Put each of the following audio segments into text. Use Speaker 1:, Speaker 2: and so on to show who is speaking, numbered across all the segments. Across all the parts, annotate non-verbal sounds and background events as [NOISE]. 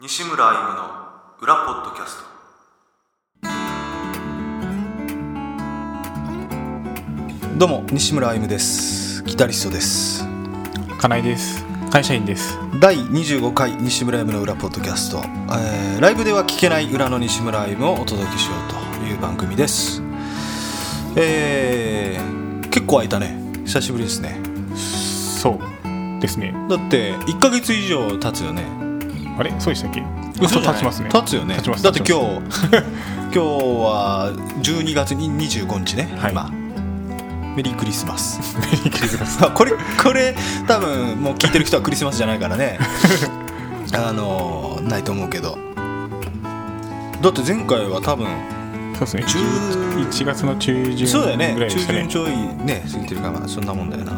Speaker 1: 西村歩夢の裏ポッドキャストどうも西村歩夢ですギタリストです
Speaker 2: 金井です会社員です
Speaker 1: 第25回西村歩夢の裏ポッドキャスト、えーライブでは聞けない裏の西村歩夢をお届けしようという番組ですえー、結構空いたね久しぶりですね
Speaker 2: そうですね
Speaker 1: だって1か月以上経つよね
Speaker 2: あれそうでしたっけ嘘
Speaker 1: じゃない
Speaker 2: 立ちますね
Speaker 1: 立つよね
Speaker 2: 立ちます
Speaker 1: だって今日今日
Speaker 2: 立
Speaker 1: は12月に25日ね、
Speaker 2: はい
Speaker 1: 今メリークリスマス
Speaker 2: メリークリス
Speaker 1: [LAUGHS]
Speaker 2: マス
Speaker 1: あこれこれ多分もう聞いてる人はクリスマスじゃないから
Speaker 2: [LAUGHS]
Speaker 1: ねあのないと思うけどだって前回は多分
Speaker 2: そうですね
Speaker 1: 10
Speaker 2: 1月の中旬
Speaker 1: そうだよね
Speaker 2: ぐらいで
Speaker 1: 中
Speaker 2: したね
Speaker 1: 旬ちょいね過ぎてるからまあそんなもんだよな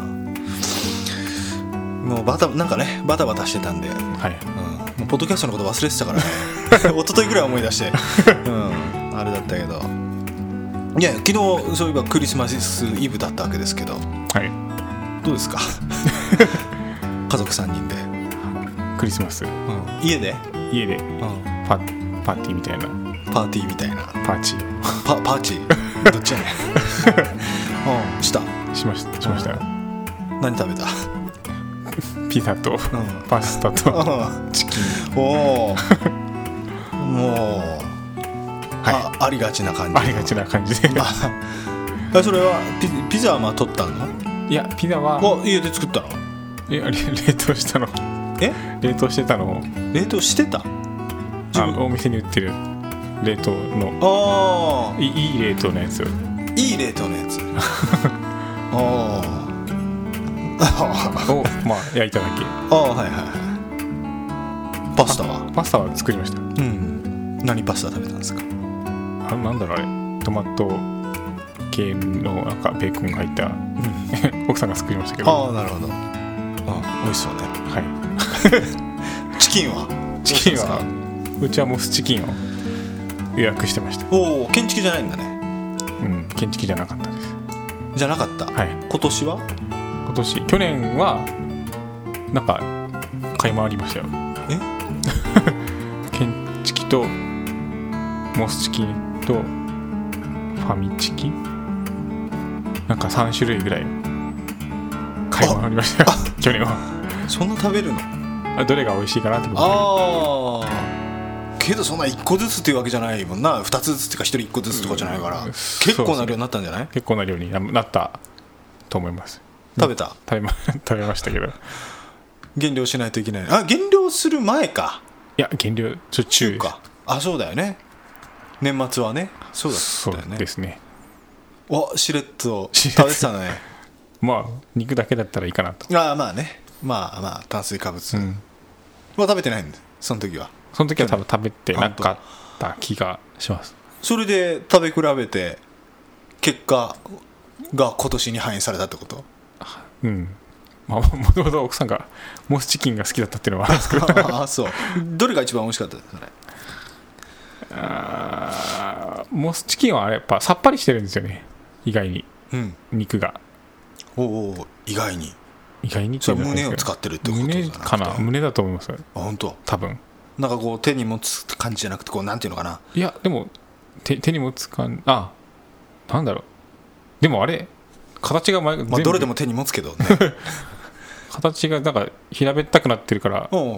Speaker 1: もうバタなんかねバタバタしてたんで
Speaker 2: はい
Speaker 1: うんもうポッドキャストのこと忘れてたから
Speaker 2: [LAUGHS]
Speaker 1: ね一昨日ぐらい思い出して、うん、あれだったけどいや昨日そういえばクリスマスイブだったわけですけど
Speaker 2: は
Speaker 1: どうです
Speaker 2: [LAUGHS]
Speaker 1: か家族3人で、
Speaker 2: いクリスマス
Speaker 1: 家で、
Speaker 2: 家でパパーティーみたいな
Speaker 1: パーティーみたいな
Speaker 2: パーチー
Speaker 1: パパーチ
Speaker 2: [LAUGHS]
Speaker 1: ーどっちやねん、うん、した
Speaker 2: しましたしました
Speaker 1: 何食べた、
Speaker 2: ピザと
Speaker 1: ん
Speaker 2: パスタと
Speaker 1: チキンおお
Speaker 2: [LAUGHS]
Speaker 1: もう、あありがちな感じ
Speaker 2: ありがちな感じで
Speaker 1: あ [LAUGHS] それはピピザはまあ取ったの
Speaker 2: いやピザは
Speaker 1: あ家で作ったの
Speaker 2: えあれ冷凍したの
Speaker 1: え
Speaker 2: 冷凍してたのを
Speaker 1: 冷凍してた
Speaker 2: あ
Speaker 1: 自分
Speaker 2: お店に売ってる冷凍の
Speaker 1: ああ
Speaker 2: いいい冷凍のやつを
Speaker 1: いい冷凍のや [LAUGHS] つあーあ
Speaker 2: をまあ焼いただけ
Speaker 1: あはいはいはいパスタは
Speaker 2: パスタは作りました
Speaker 1: うん何パスタ食べたんですか
Speaker 2: あなんだろうあれトマト系のなんかベーコンが入った [LAUGHS] 奥さんが作りましたけど
Speaker 1: ああなるほどあ美味しそうね
Speaker 2: は、
Speaker 1: チキンはい
Speaker 2: チキンはうちはモスチキンを予約してました
Speaker 1: おお建築じゃないんだね
Speaker 2: うん建築じゃなかったです
Speaker 1: じゃなかった、
Speaker 2: はい
Speaker 1: 今年は
Speaker 2: 今年去年はなんか買い回りましたよ
Speaker 1: え
Speaker 2: [LAUGHS] 建築とモスチキンとファミチキなんか3種類ぐらい買い回りましたよ [LAUGHS] 去年は
Speaker 1: そんな食べるの
Speaker 2: あどれが美味しいかなってこ
Speaker 1: あ
Speaker 2: と
Speaker 1: あけどそんな1個ずつっていうわけじゃないもんな2つずつっていうか1人1個ずつとかじゃないから、
Speaker 2: うん
Speaker 1: 結構な量になったんじゃない、
Speaker 2: で結構な量にななったと思います
Speaker 1: 食べた
Speaker 2: 食べま [LAUGHS] 食べましたけどい
Speaker 1: 減量しないといけないあ減量する前か
Speaker 2: や減量ちょ中
Speaker 1: 中かあそうだよね年末はねそうだ
Speaker 2: そ
Speaker 1: っ
Speaker 2: う
Speaker 1: たよね
Speaker 2: ですね
Speaker 1: おしれっと
Speaker 2: しれっ
Speaker 1: 食べてたのね
Speaker 2: まあ肉だけだったらいいかなと
Speaker 1: ああまあねまあまあ炭水化物、
Speaker 2: うん
Speaker 1: は食べてないんでその時は
Speaker 2: その時は多分食べてなかった気がします
Speaker 1: それで食べ比べて結果が今年に反映されたって
Speaker 2: [LAUGHS]
Speaker 1: こと
Speaker 2: うんまあもともと奥さんがモスチキンが好きだったっていうの
Speaker 1: [LAUGHS]
Speaker 2: はあるんですけど
Speaker 1: ああそうどれが一番美味しかったですかね
Speaker 2: あーモスチキンはあれやっぱさっぱりしてるんですよね意外に
Speaker 1: うん
Speaker 2: 肉が
Speaker 1: おうおう意外に
Speaker 2: 意外に
Speaker 1: それは胸を使ってるってことじゃなくて
Speaker 2: 胸かな胸だと思います
Speaker 1: あ本当
Speaker 2: 多分
Speaker 1: なんかこう手に持つ感じじゃなくてこうなんていうのかない
Speaker 2: やでも手手にもつかんあなんだろうでもあれ形が前、全
Speaker 1: まあ
Speaker 2: 部
Speaker 1: どれでも手に持つけどね
Speaker 2: 形がなんか平べったくなってるから
Speaker 1: うんああ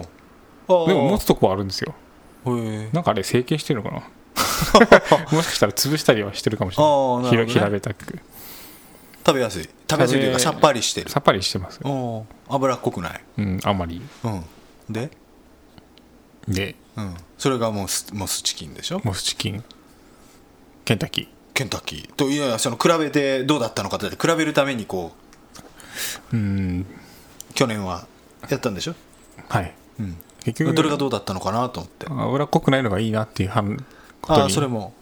Speaker 2: でも持つとこはあるんですよ
Speaker 1: へえ
Speaker 2: なんかあれ成形してるのかな [LAUGHS] もしかしたら潰したりはしてるかもしれない
Speaker 1: ああな
Speaker 2: 平
Speaker 1: るほど、
Speaker 2: 平
Speaker 1: ね、
Speaker 2: べたく
Speaker 1: 食べやすい食べやすいというか
Speaker 2: 食べ
Speaker 1: さっぱりしてる
Speaker 2: さっぱりしてます
Speaker 1: お脂っこくない
Speaker 2: うんあんまり
Speaker 1: うんで、
Speaker 2: で
Speaker 1: うん、それがもうスもうスチキンでしょ
Speaker 2: モスチキンケンタッキ
Speaker 1: ケンタッキーといやいやその比べてどうだったのかって比べるためにこ
Speaker 2: ーうん
Speaker 1: う去年はやったんでしょ、
Speaker 2: はい
Speaker 1: うん、
Speaker 2: 結局
Speaker 1: どれがどうだったのかなと思って
Speaker 2: 脂っこくないのがいいなっていう判こ
Speaker 1: あ
Speaker 2: と
Speaker 1: あそれ
Speaker 2: に
Speaker 1: も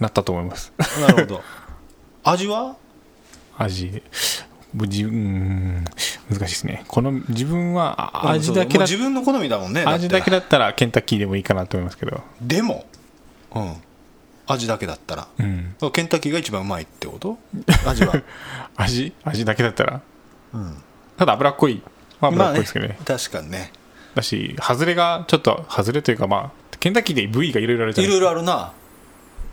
Speaker 2: なったと思います [LAUGHS]
Speaker 1: なるほど味は
Speaker 2: 味でもう自分うん難しいですねこの自分はあ [LAUGHS] 味だ
Speaker 1: も
Speaker 2: け
Speaker 1: う
Speaker 2: だ
Speaker 1: 自分の好みだもんね
Speaker 2: 味だけ
Speaker 1: だっ
Speaker 2: だったらケンタッキーでもいいかなと思いますけど
Speaker 1: てでも、うん、味だけだったら、
Speaker 2: うん
Speaker 1: ケンタッキーが一番うまいってこと味
Speaker 2: [LAUGHS]
Speaker 1: は、
Speaker 2: 味味だけだったら
Speaker 1: うん、
Speaker 2: ただ脂っこいまあ脂っこいですけどね,、
Speaker 1: 確かにね
Speaker 2: だし外れがちょっと外れというかまあケンタッキーで部位がいろいろあるじゃ
Speaker 1: い
Speaker 2: ないで
Speaker 1: ろい
Speaker 2: す
Speaker 1: ろあるな
Speaker 2: か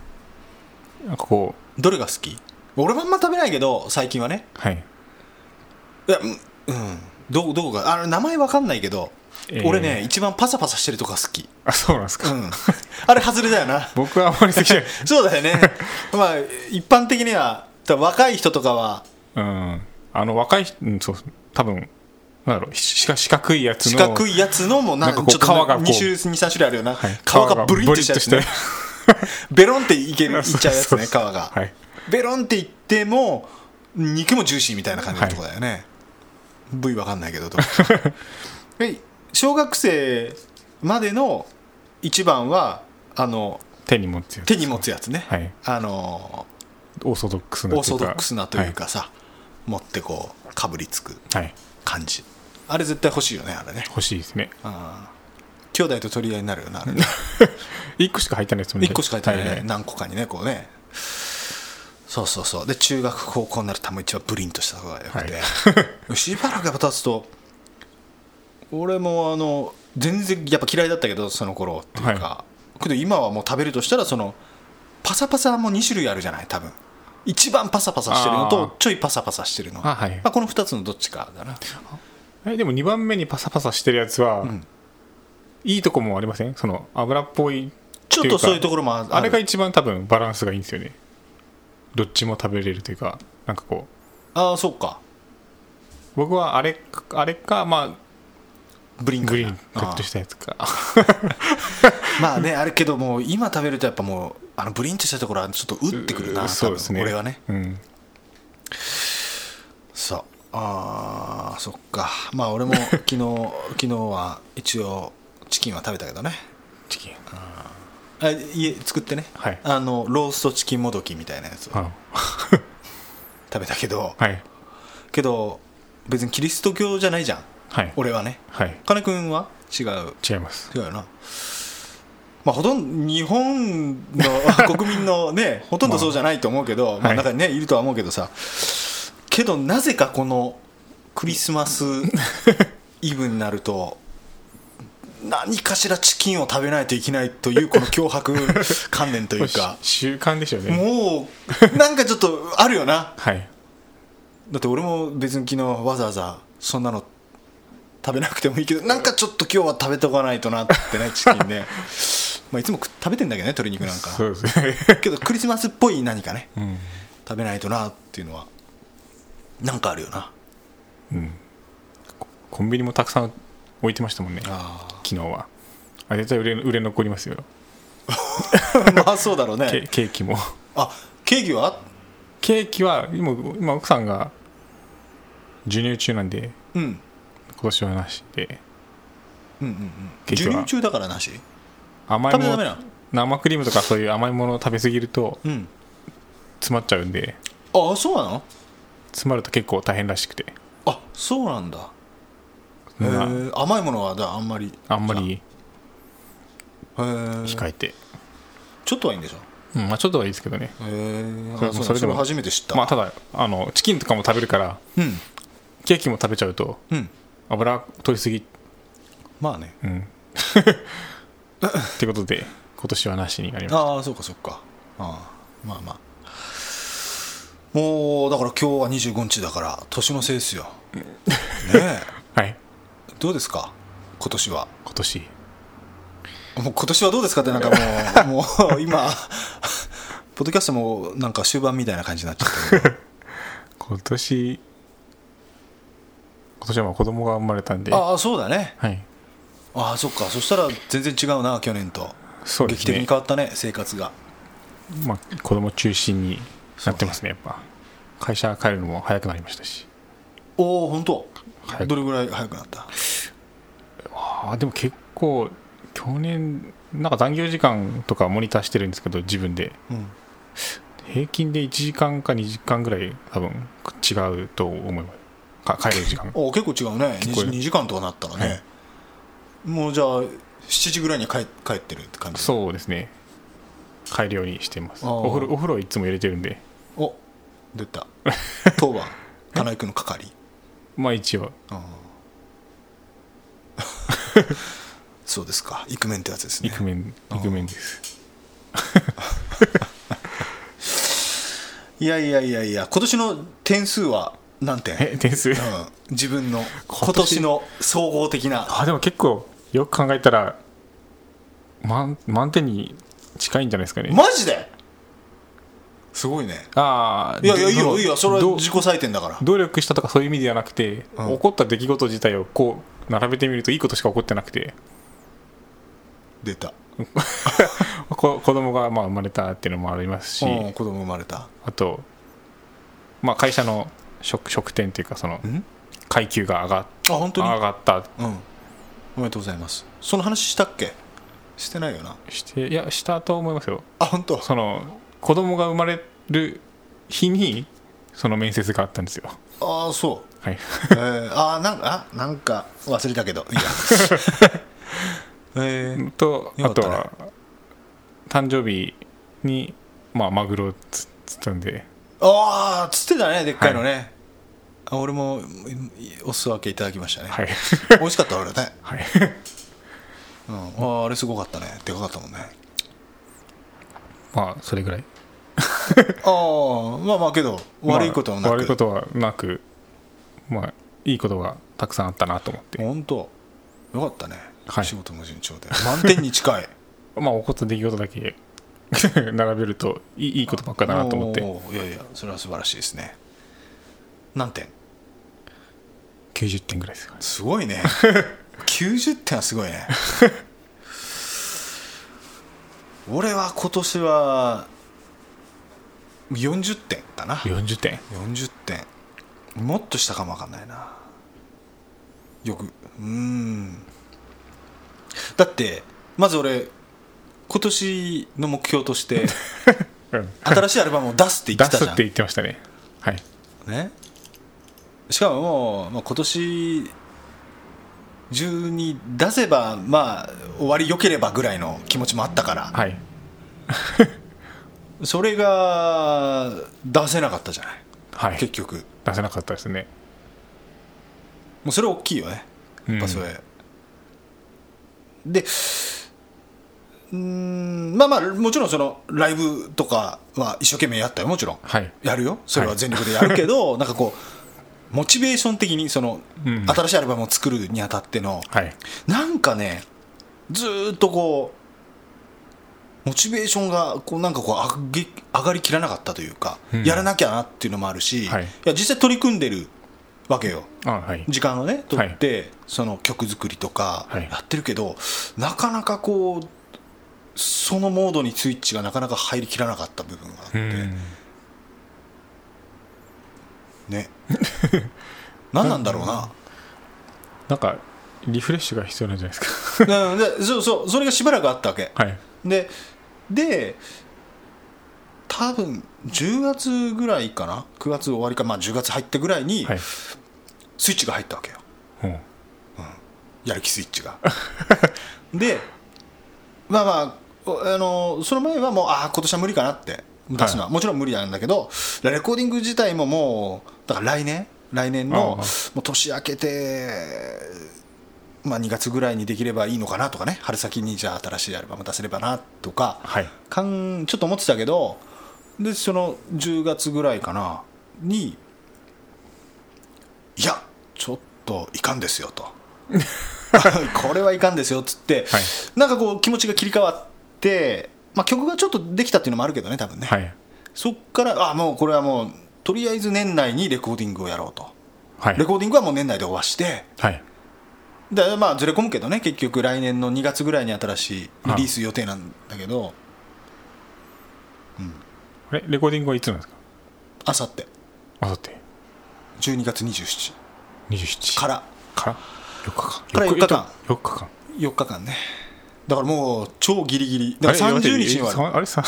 Speaker 2: なんかこう
Speaker 1: どれが好き俺はあんま食べないけど最近はね
Speaker 2: はい、
Speaker 1: いやうんうんどどこかあの名前わかんないけど、
Speaker 2: えー
Speaker 1: 俺ね一番パサパサしてるとこが好き
Speaker 2: あそうなんです
Speaker 1: う
Speaker 2: か、
Speaker 1: ん [LAUGHS] あれ外れだよな
Speaker 2: 僕はあんまり好き
Speaker 1: [LAUGHS]
Speaker 2: じゃ
Speaker 1: そうだよ
Speaker 2: [LAUGHS]
Speaker 1: ねまあ一般的には多分若い人とかは
Speaker 2: ない、うん、あの若い人、うん、そう多分なんだろうしし四角いやつ
Speaker 1: 四
Speaker 2: の
Speaker 1: 角いやつのもな
Speaker 2: なんかこう
Speaker 1: ちょっと
Speaker 2: 皮がこう
Speaker 1: 2種2、3種類あるよな、
Speaker 2: はい
Speaker 1: 皮がブリンとしたやつね
Speaker 2: ブリンとし
Speaker 1: ベロンっていけるいっちゃうやつ
Speaker 2: [LAUGHS] そう
Speaker 1: ね
Speaker 2: そう
Speaker 1: 皮
Speaker 2: そう
Speaker 1: が、
Speaker 2: はい
Speaker 1: ベロンっていっても肉もジューシーみたいな感じのとこだよね、部位わかんないけどと
Speaker 2: [LAUGHS]
Speaker 1: え小学生までの一番はあの
Speaker 2: 手に持つやつ
Speaker 1: 手に持つやつね、
Speaker 2: はい
Speaker 1: あの
Speaker 2: オーソドックスな
Speaker 1: オー
Speaker 2: とい
Speaker 1: ソ
Speaker 2: う
Speaker 1: ド
Speaker 2: か
Speaker 1: ックスなというかさ、持ってこうかぶりつく
Speaker 2: はい、はい
Speaker 1: 感じあれ絶対欲しいよねあれね
Speaker 2: 欲しいですね
Speaker 1: あー兄弟と取り合いになるよなあれ
Speaker 2: 1個しか入ってないですもんね
Speaker 1: 1個しか入ってないね、
Speaker 2: はは
Speaker 1: 何個かにねこうねそうそうそうで中学高校になるたも一番ブリンとした方がよくて、 [LAUGHS] しばらくやっぱ経つと俺もあの全然やっぱ嫌いだったけどその頃っていうか、
Speaker 2: は
Speaker 1: けど今はもう食べるとしたらそのパサパサも2種類あるじゃない多分一番パサパサしてるの
Speaker 2: あー
Speaker 1: とちょいパサパサしてるの
Speaker 2: あはい
Speaker 1: まあ、この2つのどっちかだな
Speaker 2: えでも2番目にパサパサしてるやつは、
Speaker 1: ん
Speaker 2: いいとこもありませんその油っぽい
Speaker 1: ちょっとそういうと
Speaker 2: こ
Speaker 1: ころもある
Speaker 2: あれが一番多分バランスがいいんですよねどっちも食べれるというかなんかこう
Speaker 1: ああそうか
Speaker 2: 僕はあれあれかま
Speaker 1: ブリン
Speaker 2: あ
Speaker 1: ク
Speaker 2: グリーン
Speaker 1: あ
Speaker 2: カ
Speaker 1: ー
Speaker 2: ットしたやつか
Speaker 1: [LAUGHS] まあねあるけども今食べるとやっぱもうあのブリンとしたところはちょっと打ってくるな
Speaker 2: う [LAUGHS] そうですね
Speaker 1: 多分俺はね
Speaker 2: うん
Speaker 1: そうあーそっかまあ俺
Speaker 2: [LAUGHS]
Speaker 1: も昨日昨日は一応チキンは食べたけどね
Speaker 2: チキン
Speaker 1: あ家作ってね、
Speaker 2: はい
Speaker 1: あのローストチキンもどきみたいなやつを
Speaker 2: あ
Speaker 1: 食べたけど
Speaker 2: はい
Speaker 1: けど別にキリスト教じゃないじゃん
Speaker 2: はい
Speaker 1: 俺はね
Speaker 2: はい
Speaker 1: 金君は違う
Speaker 2: 違います
Speaker 1: 違うよなまあほとんど日本
Speaker 2: [LAUGHS]
Speaker 1: の国民のねほとんどそうじゃないと思うけど、まあ
Speaker 2: はい
Speaker 1: 中にねいるとは思うけどさけどなぜかこのクリスマ
Speaker 2: [LAUGHS]
Speaker 1: スイブになると何かしらチキンを食べないといけないというこの脅迫観念という
Speaker 2: [LAUGHS]
Speaker 1: か
Speaker 2: し習慣でしょうね
Speaker 1: もうなんかちょっとあるよな
Speaker 2: はい
Speaker 1: だって俺も別に昨日わざわざそんなの食べなくてもいいけどなんかちょっと今日は食べとかないとなって
Speaker 2: [LAUGHS]
Speaker 1: ねチキンねまあいつも食食べてんだけどね鶏肉なん
Speaker 2: そ
Speaker 1: か
Speaker 2: うですね
Speaker 1: けどクリスマスっぽい何かね
Speaker 2: うん
Speaker 1: 食べないとなっていうのはなんかあるよ
Speaker 2: [LAUGHS]
Speaker 1: な
Speaker 2: うんココンビニもたくさん置いてましたもんね
Speaker 1: あ
Speaker 2: 昨日はあ絶対売れ売れ残りますよ
Speaker 1: まあそうだろう
Speaker 2: ケ
Speaker 1: ね
Speaker 2: ケーキも [LAUGHS]
Speaker 1: あケーキは
Speaker 2: ケーキは今今奥さんが授乳中なんで
Speaker 1: うんうん
Speaker 2: 今年はなしで
Speaker 1: うんうん
Speaker 2: ケーキは
Speaker 1: 授乳中だからなし
Speaker 2: 甘い
Speaker 1: 食べ
Speaker 2: も
Speaker 1: ちゃダメ
Speaker 2: の
Speaker 1: なの
Speaker 2: 生クリームとかそういう甘いものを食べ過ぎると
Speaker 1: うん
Speaker 2: 詰まっちゃうんで
Speaker 1: あそうなの
Speaker 2: 詰まると結構大変らしくて
Speaker 1: あそうなんだへ
Speaker 2: まあ
Speaker 1: ー甘いものはだあんまり
Speaker 2: あんまり
Speaker 1: へー
Speaker 2: 控えて、
Speaker 1: ちょっとはいいんでしょ
Speaker 2: うんまあ、ちょっとはいいですけどね
Speaker 1: へえ
Speaker 2: それ
Speaker 1: あそう
Speaker 2: そ
Speaker 1: それ
Speaker 2: れで
Speaker 1: そ
Speaker 2: も
Speaker 1: れ初めて知った、
Speaker 2: まあただあのチキンとかも食べるから
Speaker 1: うん
Speaker 2: ケーキも食べちゃうと
Speaker 1: うん
Speaker 2: 油取りすぎ
Speaker 1: まあね
Speaker 2: うんってことで [LAUGHS] 今年はなしになりまし
Speaker 1: ああそうかそうかああまあまあもうだから今日は25日だから年のせいです [LAUGHS] よねえ
Speaker 2: たはい
Speaker 1: どうですか今年は
Speaker 2: 今年
Speaker 1: もう今年はどうですかってなんかも [LAUGHS] うもう今ポッドキャストもなんか終盤みたいな感じになっちゃったけど
Speaker 2: 今年今年はまあ子供が生まれたんでは
Speaker 1: ああそうだね
Speaker 2: い
Speaker 1: ああそっかそしたら全然違うな去年と
Speaker 2: そうで
Speaker 1: 劇
Speaker 2: す
Speaker 1: 的
Speaker 2: ね
Speaker 1: に変わったね生活が
Speaker 2: まあ、子供中心になってますねやっぱ会社帰るのも早くなりましたし
Speaker 1: おお本当
Speaker 2: 早く
Speaker 1: どれぐらい早くなった
Speaker 2: ああでも結構去年なんか残業時間とかモニターしてるんですけど自分で
Speaker 1: うん
Speaker 2: 平均で1時間か2時間ぐらい多分違うと思いますか帰る時 [LAUGHS] 間
Speaker 1: お結構違うね
Speaker 2: 結構
Speaker 1: 2, 時間とかなったらね、
Speaker 2: はい
Speaker 1: もうじゃあ7時ぐらいには帰帰ってるって感じ
Speaker 2: そうですね帰るようにしてます
Speaker 1: あー
Speaker 2: お風呂お風呂いつも入れてるんで
Speaker 1: お出
Speaker 2: [LAUGHS]
Speaker 1: た当番金井君の係
Speaker 2: まあ一応
Speaker 1: あ [LAUGHS] そうですかイクメンってやつです
Speaker 2: イ
Speaker 1: ね
Speaker 2: クメンイクメンです
Speaker 1: いやいやいやいや今年の点数は何点、
Speaker 2: え点数
Speaker 1: うん、自分の今
Speaker 2: 今
Speaker 1: 年
Speaker 2: 年
Speaker 1: の総合的な
Speaker 2: あでも結構よく考えたら満満点に近いんじゃないですかね、
Speaker 1: マジですごいね
Speaker 2: ああ
Speaker 1: いやいやいいよいいよそれは
Speaker 2: ど
Speaker 1: 自己採点だから
Speaker 2: 努力したとかそういう意味ではなくて、
Speaker 1: うん
Speaker 2: 起こった出来事自体をこう並べてみるといいことしか起こってなくて
Speaker 1: 出た、
Speaker 2: こ子供がまあ生まれたっていうのもありますし、
Speaker 1: うん、子供生まれた
Speaker 2: あと、まあ、会社の職職点っていうかその
Speaker 1: ん
Speaker 2: 階級が上がっ
Speaker 1: あ本当に
Speaker 2: 上がった
Speaker 1: うんおめでとうございますその話したっけしてないよな
Speaker 2: していやしたと思いますよ
Speaker 1: あ本当
Speaker 2: その子供が生まれる日にその面接があったんですよ
Speaker 1: ああそう
Speaker 2: [LAUGHS] はい
Speaker 1: えー、あーなんかあなんか忘れたけど
Speaker 2: [LAUGHS]
Speaker 1: いやえー
Speaker 2: と
Speaker 1: よ
Speaker 2: あ
Speaker 1: かっ
Speaker 2: と
Speaker 1: たね
Speaker 2: は誕生日に、まあ、マグロをつ釣ったんで
Speaker 1: ああつってたねでっかいのね、あ俺もいお裾分けいただきましたね、
Speaker 2: はい
Speaker 1: 美
Speaker 2: [LAUGHS]
Speaker 1: 味しかったあれね、
Speaker 2: はい
Speaker 1: [LAUGHS] うん、あーあれすごかったねでかか
Speaker 2: [LAUGHS]
Speaker 1: ったもんね
Speaker 2: まあそれぐらい
Speaker 1: ああまあまあけど悪いことはな
Speaker 2: ま
Speaker 1: く、
Speaker 2: あ悪いことはなくまあいいことがたくさんあったなと思って
Speaker 1: 本当よかったね、
Speaker 2: はい
Speaker 1: 仕事も順調で満点に近い
Speaker 2: まあ起こった出来事だけ [LAUGHS] 並べるといいいいことばっかだなと思って
Speaker 1: おーいやいやそれは素晴らしいですね何点
Speaker 2: 90点ぐらいですよ
Speaker 1: すごい
Speaker 2: [LAUGHS]
Speaker 1: ね90点はすごいね俺は今年は40点かな
Speaker 2: 40点
Speaker 1: 40点もっとしたかもわかんないなよくうーんだってまず俺今年の目標として
Speaker 2: [LAUGHS] うん
Speaker 1: 新しいアルバムを出すって言
Speaker 2: 出
Speaker 1: ってた
Speaker 2: す
Speaker 1: じ
Speaker 2: っ
Speaker 1: ゃん
Speaker 2: て言ってましたねはい
Speaker 1: ね、しかももう、まあ、今年中に出せば、まあ、終わり良ければぐらいの気持ちもあったから、
Speaker 2: はい
Speaker 1: それが出せなかったじゃない、
Speaker 2: はい
Speaker 1: 結局、も
Speaker 2: 出せなかったですね
Speaker 1: うそれ大きいよね、やっぱそれ。でうーんまあまあもちろんそのライブとかは一生懸命やったよもちろん
Speaker 2: はい
Speaker 1: やるよそれは全力でやるけど、なんかこうモチベーション的にその、
Speaker 2: うん
Speaker 1: 新しいアルバムを作るにあたっての、
Speaker 2: はい
Speaker 1: なんかねずーっとこうモチベーションがこうなんかこう上げ上がりきらなかったというか、
Speaker 2: うん
Speaker 1: やらなきゃなっていうのもあるし、
Speaker 2: はいい、
Speaker 1: や実際取り組んでるわけよ
Speaker 2: あはい
Speaker 1: 時間をね取って、その曲作りとか
Speaker 2: はい
Speaker 1: やってるけど、なかなかこうそのモードにスイッチがなかなか入りきらなかった部分があって、
Speaker 2: うん
Speaker 1: ね [LAUGHS] 何なんだろうな、
Speaker 2: [LAUGHS] なんかリフレッシュが必要なんじゃないです
Speaker 1: うんでそうそうそれがしばらくあったわけ
Speaker 2: かはい
Speaker 1: でで多分10月ぐらいかな9月終わりか、まあ、10月入ってぐらいに
Speaker 2: はい
Speaker 1: スイッチが入ったわけよ
Speaker 2: うん
Speaker 1: やる気スイッチが [LAUGHS] でまあまあおあのその前はもうああ今年は無理かなって出すのは、もちろん無理なんだけどレコーディング自体ももうだから来年来年の
Speaker 2: ああ
Speaker 1: もう年明けて、まあ、2月ぐらいにできればいいのかなとかね春先にじゃあ新しいアルバム出せればなとか、
Speaker 2: はい
Speaker 1: かんちょっと思ってたけどでその10月ぐらいかなにいやちょっといかんですよと [LAUGHS] これはいかんですよっつって、
Speaker 2: はい
Speaker 1: なんかこう気持ちが切り替わって、まあ、曲がちょっとできたっていうのもあるけどね多分ね、
Speaker 2: はい
Speaker 1: そっからあもうこれはもうとりあえず年内にレコーディングをやろうと
Speaker 2: はい
Speaker 1: レコーディングはもう年内で終わして
Speaker 2: はい
Speaker 1: でまあずれ込むけどね結局来年の2月ぐらいに新しいリリース予定なんだけど
Speaker 2: あれレコーディングはいつなんですか
Speaker 1: あさって
Speaker 2: あさって
Speaker 1: 12月27
Speaker 2: 27
Speaker 1: から
Speaker 2: から4日間
Speaker 1: から4日間
Speaker 2: 4日間
Speaker 1: 4日間ねだからもう超ギリギリだから
Speaker 2: あれ
Speaker 1: 30日には
Speaker 2: さあれさ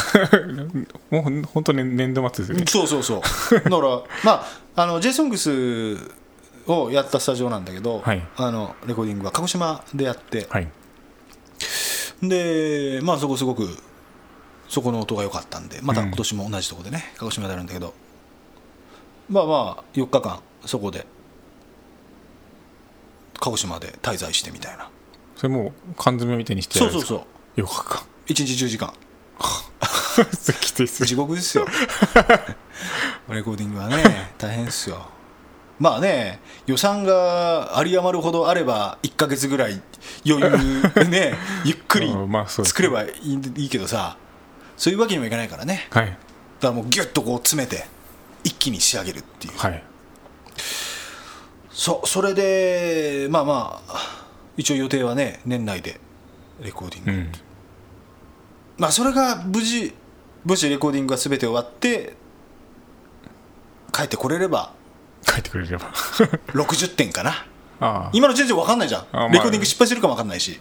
Speaker 2: もうほん [LAUGHS] 本当に年度末ですよね
Speaker 1: そうそうそうだからまああの JSONGS をやったスタジオなんだけど、
Speaker 2: はい
Speaker 1: あのレコーディングは鹿児島でやって、
Speaker 2: はい
Speaker 1: でまあそこすごくそこの音が良かったんでまた今年も同じとこでね、鹿児島でやるんだけどまあまあ4日間そこで鹿児島で滞在してみたいな
Speaker 2: それもう缶詰みたいにしてや
Speaker 1: そう
Speaker 2: るん
Speaker 1: そ
Speaker 2: で
Speaker 1: う
Speaker 2: すか [LAUGHS]
Speaker 1: そう
Speaker 2: そうそうそう
Speaker 1: 1日10時間
Speaker 2: 4日間それきついっすね
Speaker 1: 地獄 [LAUGHS] ですよレコーディングはね大変ですよまあね予算が有り余るほどあれば1か月ぐらい余裕で
Speaker 2: [LAUGHS]
Speaker 1: ねゆっくり
Speaker 2: うんまあそうです
Speaker 1: 作ればいいいいけどさそういうわけにもいかないからね
Speaker 2: はい
Speaker 1: だからもうギュッとこう詰めて一気に仕上げるっていう
Speaker 2: はい
Speaker 1: そそれでまあまあ一応予定はね年内でレコーディング、
Speaker 2: うん
Speaker 1: まあそれが無事無事レコーディングが全て終わって帰ってこれれば
Speaker 2: 書いてくれれば [LAUGHS]
Speaker 1: 60点かな
Speaker 2: ああ
Speaker 1: 今の時点じゃ分かんないじゃん、
Speaker 2: まあ
Speaker 1: レコーディング失敗するかも分かんないし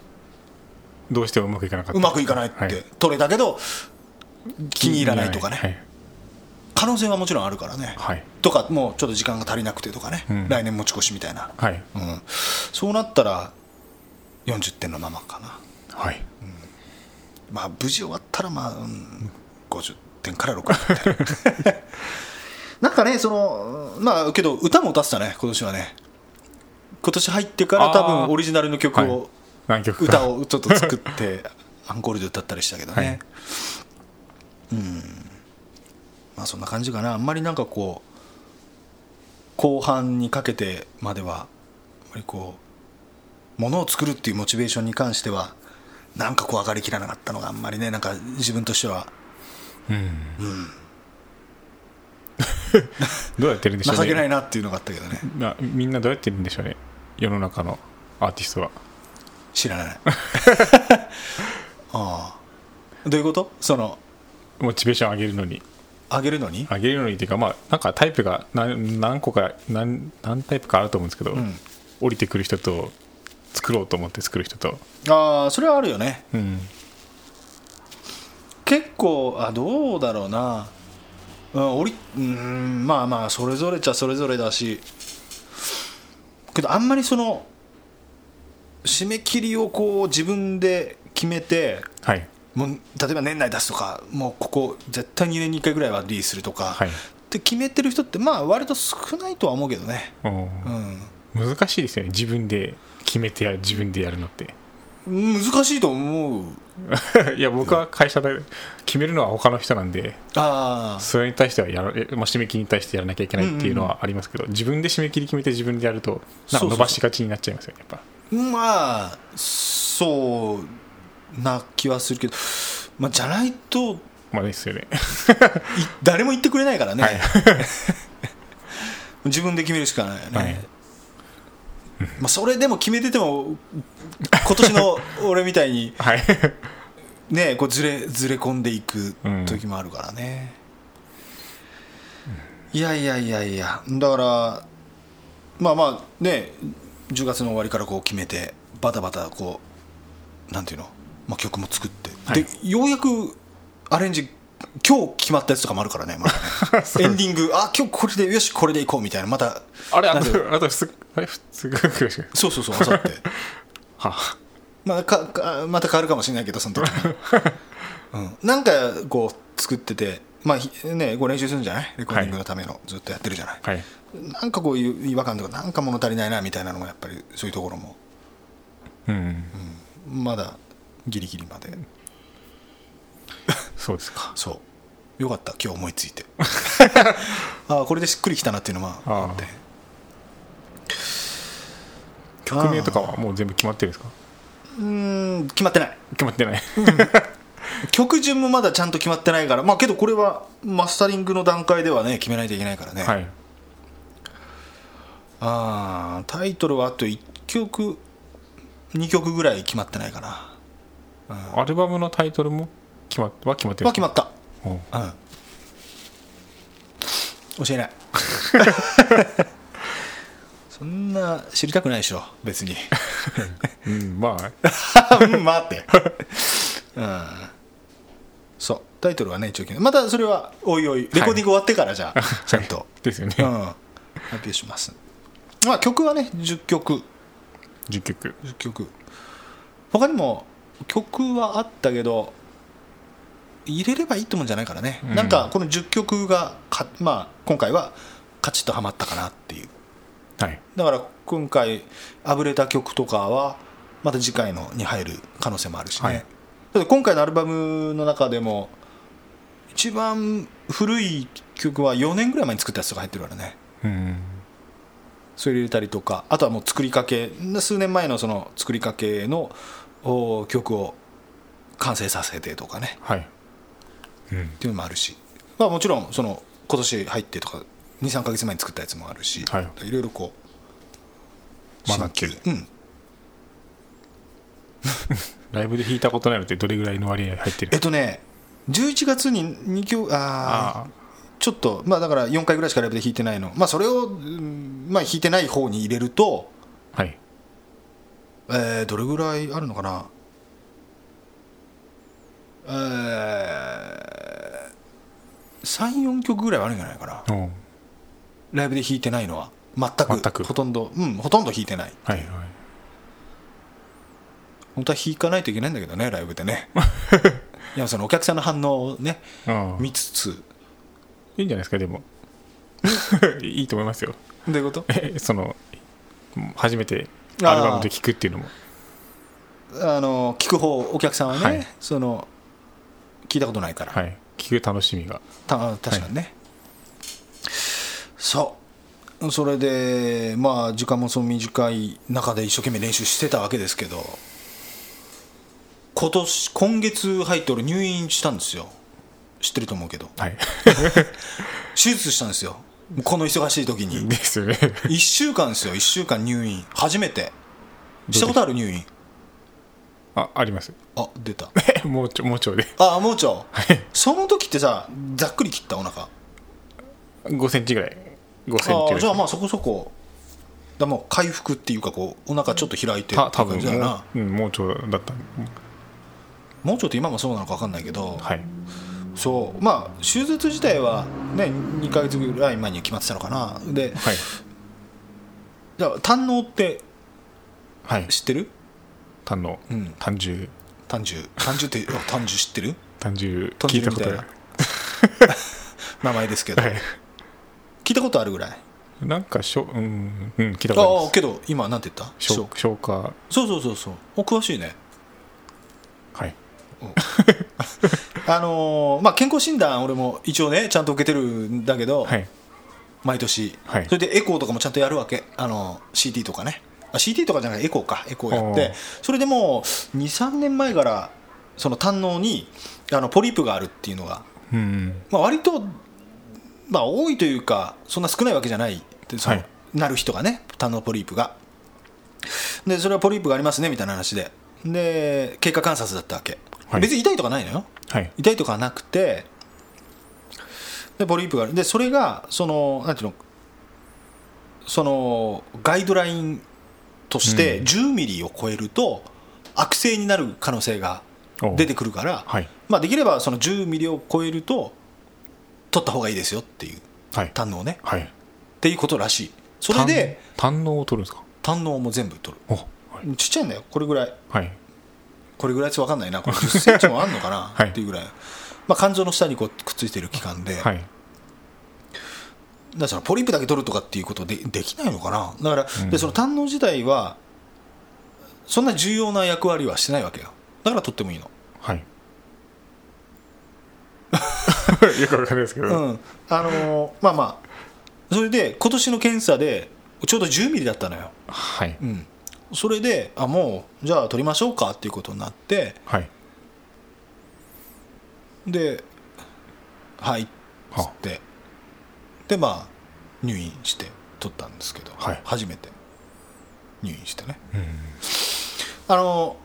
Speaker 2: どうしてもうまくいかなかった
Speaker 1: うまくいかないって、
Speaker 2: は
Speaker 1: 取れたけど気に入らないとかね、
Speaker 2: はい
Speaker 1: 可能性はもちろんあるからね、
Speaker 2: はい
Speaker 1: とかもうちょっと時間が足りなくてとかね、
Speaker 2: うん
Speaker 1: 来年持ち越しみたいな、
Speaker 2: はい
Speaker 1: うん、そうなったら40点のままかな
Speaker 2: はい
Speaker 1: まあ無事終わったらまあ、うん、50点から60点
Speaker 2: [LAUGHS]
Speaker 1: なんかねそのまあけど歌も歌ってたね今年はね今年入ってから多
Speaker 2: あー
Speaker 1: 分オリジナルの曲を、
Speaker 2: はい何曲か
Speaker 1: 歌をちょっと作って [LAUGHS] アンコールで歌ったりしたけどね、
Speaker 2: はい
Speaker 1: うんまあそんな感じかなあんまりなんかこう後半にかけてまではあんまりこうものを作るっていうモチベーションに関してはなんかこう上がりきらなかったのがあんまりねなんか自分としては
Speaker 2: うん、どうやってるんでしょう
Speaker 1: 情けない
Speaker 2: ね
Speaker 1: なっていうのがあったけどね
Speaker 2: なみんなどうやってるんでしょうね世の中のアーティストは
Speaker 1: 知ら
Speaker 2: [LAUGHS]
Speaker 1: ないああどういうことその
Speaker 2: モチベーション上げるのに
Speaker 1: 上げるのに
Speaker 2: 上げるのにっていうかまあなんかタイプが何何個か何何タイプかあると思うんですけど、
Speaker 1: ん
Speaker 2: 降りてくる人と作ろうと思って作る人と、
Speaker 1: ああそれはあるよね
Speaker 2: うん、
Speaker 1: 結構あどうだろうな、うん、おりうーんまあまあそれぞれちゃそれぞれだしけどあんまりその締め切りをこう自分で決めて
Speaker 2: はい
Speaker 1: もう例えば年内出すとかもうここ絶対2年に1回ぐらいはリリースするとか、
Speaker 2: はい
Speaker 1: って決めてる人ってまあ割と少ないとは思うけどね、
Speaker 2: おー難しいですよね自分で決めてやる自分でやるのって [LAUGHS]
Speaker 1: うん、難しいと思う
Speaker 2: いや僕は会社で決めるのは他の人なんで
Speaker 1: ああ
Speaker 2: それに対してはやら、えまあ、締め切りに対してやらなきゃいけないっていうのはありますけど、自分で締め切り決めて自分でやるとなんか伸ばしがちになっちゃいますよねやっぱ
Speaker 1: まあそうな気はするけど、まあ、じゃないとい
Speaker 2: まあですよね
Speaker 1: 誰も言ってくれないからね、
Speaker 2: はい
Speaker 1: [LAUGHS] 自分で決めるしかないよね、
Speaker 2: はい
Speaker 1: まあ、それでも決めてても今年の俺みたいに
Speaker 2: はい
Speaker 1: ねこうずれずれ込んでいく時もあるからね、いやいやいやいやだからまあまあね10月の終わりからこう決めてバタバタこうなんていうの、まあ、曲も作って、
Speaker 2: はい
Speaker 1: でようやくアレンジ今日決まったやつとかもあるからね,、ま
Speaker 2: [LAUGHS]
Speaker 1: だねエンディングあ今日これでよしこれでいこうみたいなまた
Speaker 2: [LAUGHS] あれあ
Speaker 1: なんか
Speaker 2: とあと普通あれ普通ぐらいしか
Speaker 1: そうそうそうあさって
Speaker 2: はあ
Speaker 1: まあ、かかまた変わるかもしれないけどその時
Speaker 2: [LAUGHS]
Speaker 1: に、うん、なんかこう作っててまあひねこう練習するんじゃないレコーディングのための、ずっとやってるじゃない、
Speaker 2: はい
Speaker 1: なんかこういう違和感とかなんか物足りないなみたいなのがやっぱりそういうところも
Speaker 2: うん、
Speaker 1: まだギリギリまで
Speaker 2: そうですか
Speaker 1: そうよかった今日思いつ
Speaker 2: [LAUGHS]
Speaker 1: いてああこれでしっくりきたなっていうのは
Speaker 2: あ
Speaker 1: あって
Speaker 2: 曲名とかはもう全部決まってるんですか
Speaker 1: うーん決まってない
Speaker 2: 決まってない
Speaker 1: 曲順もまだちゃんと決まってないからまあけどこれはマスタリングの段階ではね決めないといけないからね、
Speaker 2: はい
Speaker 1: ああタイトルはあと1曲2曲ぐらい決まってないかなは
Speaker 2: アルバムのタイトルも決まっは決まってるん
Speaker 1: 決ま
Speaker 2: です
Speaker 1: った
Speaker 2: かおう
Speaker 1: うん教えない [LAUGHS] そんな知りたくないでしょ別 [LAUGHS] に
Speaker 2: うんま [LAUGHS] あ
Speaker 1: うん待ってうんそうタイトルはね一応決めまたそれはおいおいレコーディング終わってからじゃあ、ちゃんと
Speaker 2: [LAUGHS] ですよね、
Speaker 1: うん発表しますまあ曲はね10曲
Speaker 2: 10曲
Speaker 1: 曲他にも曲はあったけど入れればいいってもんじゃないからね、
Speaker 2: うん
Speaker 1: なんかこの10曲がか、まあ、今回はカチッとはまったかなっていう
Speaker 2: はい
Speaker 1: だから今回あぶれた曲とかはまた次回のに入る可能性もあるしね、
Speaker 2: はい
Speaker 1: ただ今回のアルバムの中でも一番古い曲は4年ぐらい前に作ったやつとか入ってるからね
Speaker 2: うん
Speaker 1: それ入れたりとかあとはもう作りかけ数年前のその作りかけのお曲を完成させてとかね
Speaker 2: はいうん
Speaker 1: っていうのもあるし、まあ、もちろんその今年入ってとか23か月前に作ったやつもあるし、、
Speaker 2: はい
Speaker 1: ろいろこう
Speaker 2: まだってる
Speaker 1: 新旧うん
Speaker 2: ライブで弾いたことないのってどれぐらいの割合入っ
Speaker 1: え
Speaker 2: て
Speaker 1: っ
Speaker 2: る
Speaker 1: とね11月に2曲ああ
Speaker 2: あ
Speaker 1: ちょっとまあだから4回ぐらいしかライブで弾いてないのまあそれを、うんまあ、弾いてない方に入れると、
Speaker 2: あはい
Speaker 1: えーどれぐらいあるのかなえー、34曲ぐらいはあるんじゃないかな
Speaker 2: おう
Speaker 1: ライブで弾いてないのは全く
Speaker 2: 全く
Speaker 1: ほとんどうんほとんど弾いてない
Speaker 2: はいはい
Speaker 1: 本当は弾かないといけないんだけどねライブで [LAUGHS] ねいやそのお客さんの反応をね
Speaker 2: ああ
Speaker 1: 見つつ
Speaker 2: いいんじゃないですか
Speaker 1: [LAUGHS]
Speaker 2: でもいいと思いますよ
Speaker 1: どういうこと
Speaker 2: えその初めてアルバムで聴くっていうのも
Speaker 1: あの聞く方お客さんはね、
Speaker 2: はい
Speaker 1: その聞いたことないから、
Speaker 2: はい聴く楽しみが
Speaker 1: た確かにね、そうそれでまあ時間もその短い中で一生懸命練習してたわけですけど今年今月入って俺入院したんですよ知ってると思うけど [LAUGHS]
Speaker 2: はい
Speaker 1: 手術したんですよこの忙しい時に
Speaker 2: ですよね
Speaker 1: 1週間ですよ1週間入院初めてしたことある入院
Speaker 2: ああります
Speaker 1: あ出た
Speaker 2: 盲腸盲腸で
Speaker 1: あ盲腸その時ってさざっくり切ったお腹
Speaker 2: 5センチぐらい5センチ
Speaker 1: あ
Speaker 2: ぐ
Speaker 1: じゃ
Speaker 2: ら
Speaker 1: あ
Speaker 2: い
Speaker 1: まあそこそこだもう回復っていうかこうお腹ちょっと開いて
Speaker 2: た
Speaker 1: た
Speaker 2: 多
Speaker 1: 感
Speaker 2: 分
Speaker 1: じだよな
Speaker 2: うん盲腸だった
Speaker 1: 盲腸って今もそうなのか分かんないけど、
Speaker 2: はい
Speaker 1: そうまあ手術自体はね2ヶ月ぐらい前に決まってたのかなで
Speaker 2: はい
Speaker 1: じゃあ胆のって
Speaker 2: はい
Speaker 1: 知ってる
Speaker 2: 胆の
Speaker 1: うん
Speaker 2: 胆汁
Speaker 1: 胆汁胆汁ってあ胆汁知ってる
Speaker 2: 胆汁
Speaker 1: 豚
Speaker 2: 聞い
Speaker 1: 汁
Speaker 2: た
Speaker 1: み
Speaker 2: こ
Speaker 1: た
Speaker 2: と
Speaker 1: いな
Speaker 2: が
Speaker 1: 名前ですけど
Speaker 2: はい
Speaker 1: 聞いたことあるぐらい
Speaker 2: なんかしょうんうん聞いたことあり
Speaker 1: あ
Speaker 2: ま
Speaker 1: あけど今なんて言った
Speaker 2: す消
Speaker 1: そう
Speaker 2: 消化
Speaker 1: そうそうそうそうお詳しいね
Speaker 2: はい
Speaker 1: あのーまあ、健康診断、俺も一応ね、ちゃんと受けてるんだけど、
Speaker 2: はい
Speaker 1: 毎年、
Speaker 2: はい
Speaker 1: それでエコーとかもちゃんとやるわけ、あのー CT とかね、あ CT とかじゃない、エコーか、エコーやっ
Speaker 2: お
Speaker 1: て
Speaker 2: ー、
Speaker 1: それでもう2、3年前から、その胆のにあのポリープがあるっていうのが、
Speaker 2: うん
Speaker 1: まあ、割と、まあ、多いというか、そんな少ないわけじゃないって、その
Speaker 2: はい
Speaker 1: なる人がね、胆のポリープが。で、それはポリープがありますねみたいな話で、で経過観察だったわけ、
Speaker 2: はい
Speaker 1: 別に痛いとかないのよ。
Speaker 2: はい
Speaker 1: 痛いとかはなくてでポリープがあるでそれがそのなんていうのそのガイドラインとして
Speaker 2: うん
Speaker 1: 10ミリを超えると悪性になる可能性が
Speaker 2: おう
Speaker 1: 出てくるから、
Speaker 2: はい
Speaker 1: まあ、できればその10ミリを超えると取った方がいいですよっていう
Speaker 2: はい
Speaker 1: 胆のをね
Speaker 2: はい
Speaker 1: っていうことらしいそれで
Speaker 2: 胆胆のを取るんですか
Speaker 1: 胆のをもう全部取
Speaker 2: おはい
Speaker 1: るちっちゃいんだよこれぐらい
Speaker 2: はい
Speaker 1: これぐらいって分かんないなこれ10センチもあんのかな、
Speaker 2: [LAUGHS] はい
Speaker 1: っていうぐらい、まあ、肝臓の下にこうくっついてる器官で、
Speaker 2: はい
Speaker 1: だからそのポリープだけ取るとかっていうことでできないのかなだから、
Speaker 2: うん
Speaker 1: でその胆の自体はそんな重要な役割はしてないわけよだから取ってもいいの、
Speaker 2: はい [LAUGHS] よくわかんないですけど、
Speaker 1: うんあのーまあまあそれで今年の検査でちょうど10ミリだったのよ、
Speaker 2: はい
Speaker 1: うん、それであもうじゃあ取りましょうかっていうことになって
Speaker 2: はい
Speaker 1: ではいっつ
Speaker 2: は
Speaker 1: ってでまあ入院して取ったんですけど、
Speaker 2: はい
Speaker 1: 初めて入院してね
Speaker 2: うん
Speaker 1: あの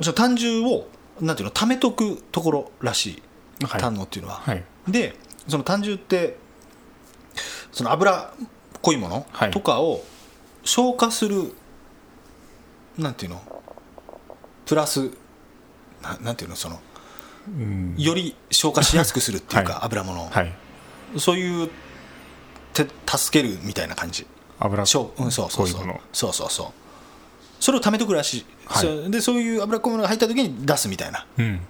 Speaker 1: その胆汁をなんていうの溜めとくところらしい、
Speaker 2: はい
Speaker 1: 胆のっていうのは、
Speaker 2: はい
Speaker 1: でその胆汁ってその油っこいもの
Speaker 2: はい
Speaker 1: とかを消化する、なんていうのプラスななんていうのその
Speaker 2: うん
Speaker 1: より消化しやすくするっていうか、
Speaker 2: は
Speaker 1: 油物を、
Speaker 2: はい
Speaker 1: そういうて助けるみたいな感じ
Speaker 2: 油
Speaker 1: しょううん、そうそうそ
Speaker 2: こ
Speaker 1: う
Speaker 2: ういうもの
Speaker 1: そうそうそうそれを貯めとくらしい、
Speaker 2: はい
Speaker 1: そうでそういう脂っこいものが入った時に出すみたいな
Speaker 2: うん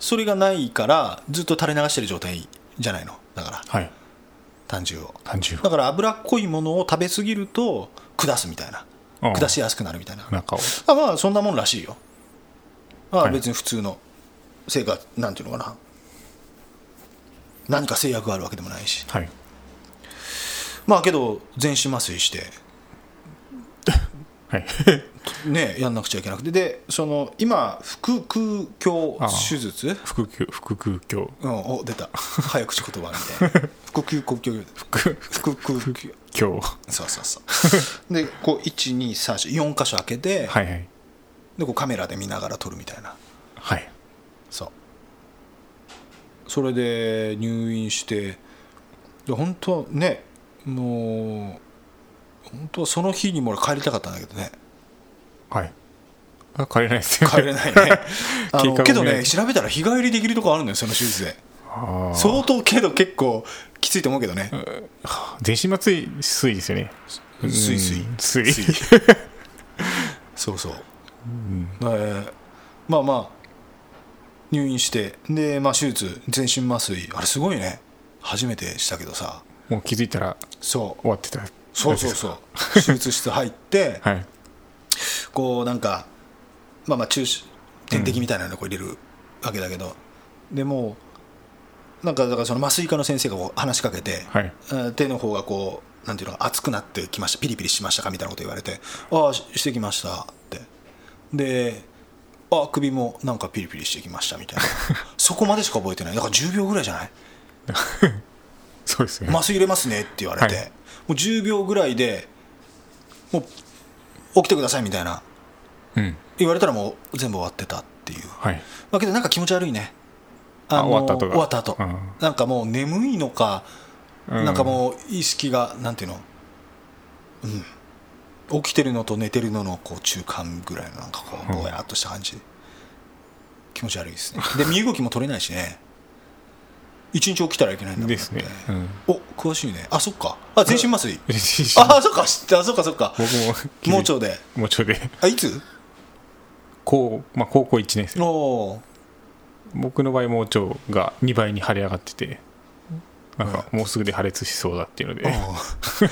Speaker 1: それがないからずっと垂れ流してる状態じゃないのだから
Speaker 2: はい
Speaker 1: 胆汁を
Speaker 2: 単純
Speaker 1: だから脂っこいものを食べ過ぎると下すみたいな
Speaker 2: ああ
Speaker 1: 下しやすくなるみたいな
Speaker 2: 中を
Speaker 1: あまあそんなもんらしいよあ
Speaker 2: はい
Speaker 1: 別に普通の成果なんていうのかな何か制約があるわけでもないし
Speaker 2: はい
Speaker 1: まあけど全身麻酔して
Speaker 2: はい [LAUGHS]
Speaker 1: ねやんなくちゃいけなくてでその今腹腔鏡
Speaker 2: ああ
Speaker 1: 手術
Speaker 2: 腹腔腹腔鏡
Speaker 1: うん、お出
Speaker 2: [LAUGHS]
Speaker 1: た早口言葉みたいな腹腔呼吸腹
Speaker 2: 腹
Speaker 1: 腔鏡
Speaker 2: 鏡
Speaker 1: そうそう
Speaker 2: [LAUGHS]
Speaker 1: そうでこう1234箇所開けて、
Speaker 2: はいはい
Speaker 1: でこうカメラで見ながら撮るみたいな
Speaker 2: はい
Speaker 1: そうそれで入院してで本当はねもう本当はその日にも俺帰りたかったんだけどね
Speaker 2: はいあ帰れないですよ
Speaker 1: 帰れないね
Speaker 2: [LAUGHS]
Speaker 1: あ
Speaker 2: 経過を見な
Speaker 1: の
Speaker 2: い
Speaker 1: けどね調べたら日帰りできるとこあるんだよその手術で
Speaker 2: ああ
Speaker 1: 相当けど結構きついと思うけどね
Speaker 2: 全身麻酔水ですよねうん
Speaker 1: 水水
Speaker 2: 水
Speaker 1: 水そうそう、えーまあまあ入院してで、まあ、手術全身麻酔あれすごいね初めてしたけどさ
Speaker 2: [LAUGHS] もう気づいたら
Speaker 1: そう
Speaker 2: 終わってた
Speaker 1: そうそう [LAUGHS] そう手術室入って、
Speaker 2: はい
Speaker 1: こうなんかまあまあ注射点滴みたいなのをこう入れるわけだけど、でもうなんかだからその麻酔科の先生がこう話しかけて、
Speaker 2: はい
Speaker 1: あ手の方がこうなんていうの熱くなってきましたピリピリしましたかみたいなこと言われてああししてきましたってであ首もなんかピリピリしてきましたみたいな
Speaker 2: [LAUGHS]
Speaker 1: そこまでしか覚えてないだから10秒ぐらいじゃない
Speaker 2: そうですよね
Speaker 1: 麻酔入れますねって言われて、
Speaker 2: はい
Speaker 1: もう10秒ぐらいでもう起きてくださいみたいな
Speaker 2: うん
Speaker 1: 言われたらもう全部終わってたっていう
Speaker 2: はい
Speaker 1: まあけどなんか気持ち悪いね
Speaker 2: あ
Speaker 1: の
Speaker 2: 終わった後が
Speaker 1: 終わった後、
Speaker 2: うん
Speaker 1: なんかもう眠いのか
Speaker 2: うん
Speaker 1: なんかもう意識がなんていうの、うん、起きてるのと寝てるののこう中間ぐらいのなんかこう
Speaker 2: うん
Speaker 1: ぼやっとした感じ、気持ち悪い
Speaker 2: [LAUGHS]
Speaker 1: ですねで身動きも取れないしね一日起きたらいけないんだもん
Speaker 2: ですね
Speaker 1: だって
Speaker 2: うん
Speaker 1: お詳しいねあそっかあ全身麻酔
Speaker 2: 全身
Speaker 1: ああそっか知ってあそっかそっか
Speaker 2: [LAUGHS] 僕も気づい
Speaker 1: 盲腸で
Speaker 2: 盲腸で
Speaker 1: あいつ
Speaker 2: 高,、まあ、高校1年生
Speaker 1: おお
Speaker 2: 僕の場合盲腸が2倍に腫れ上がっててなんかもうすぐで破裂しそうだっていうので
Speaker 1: ーおー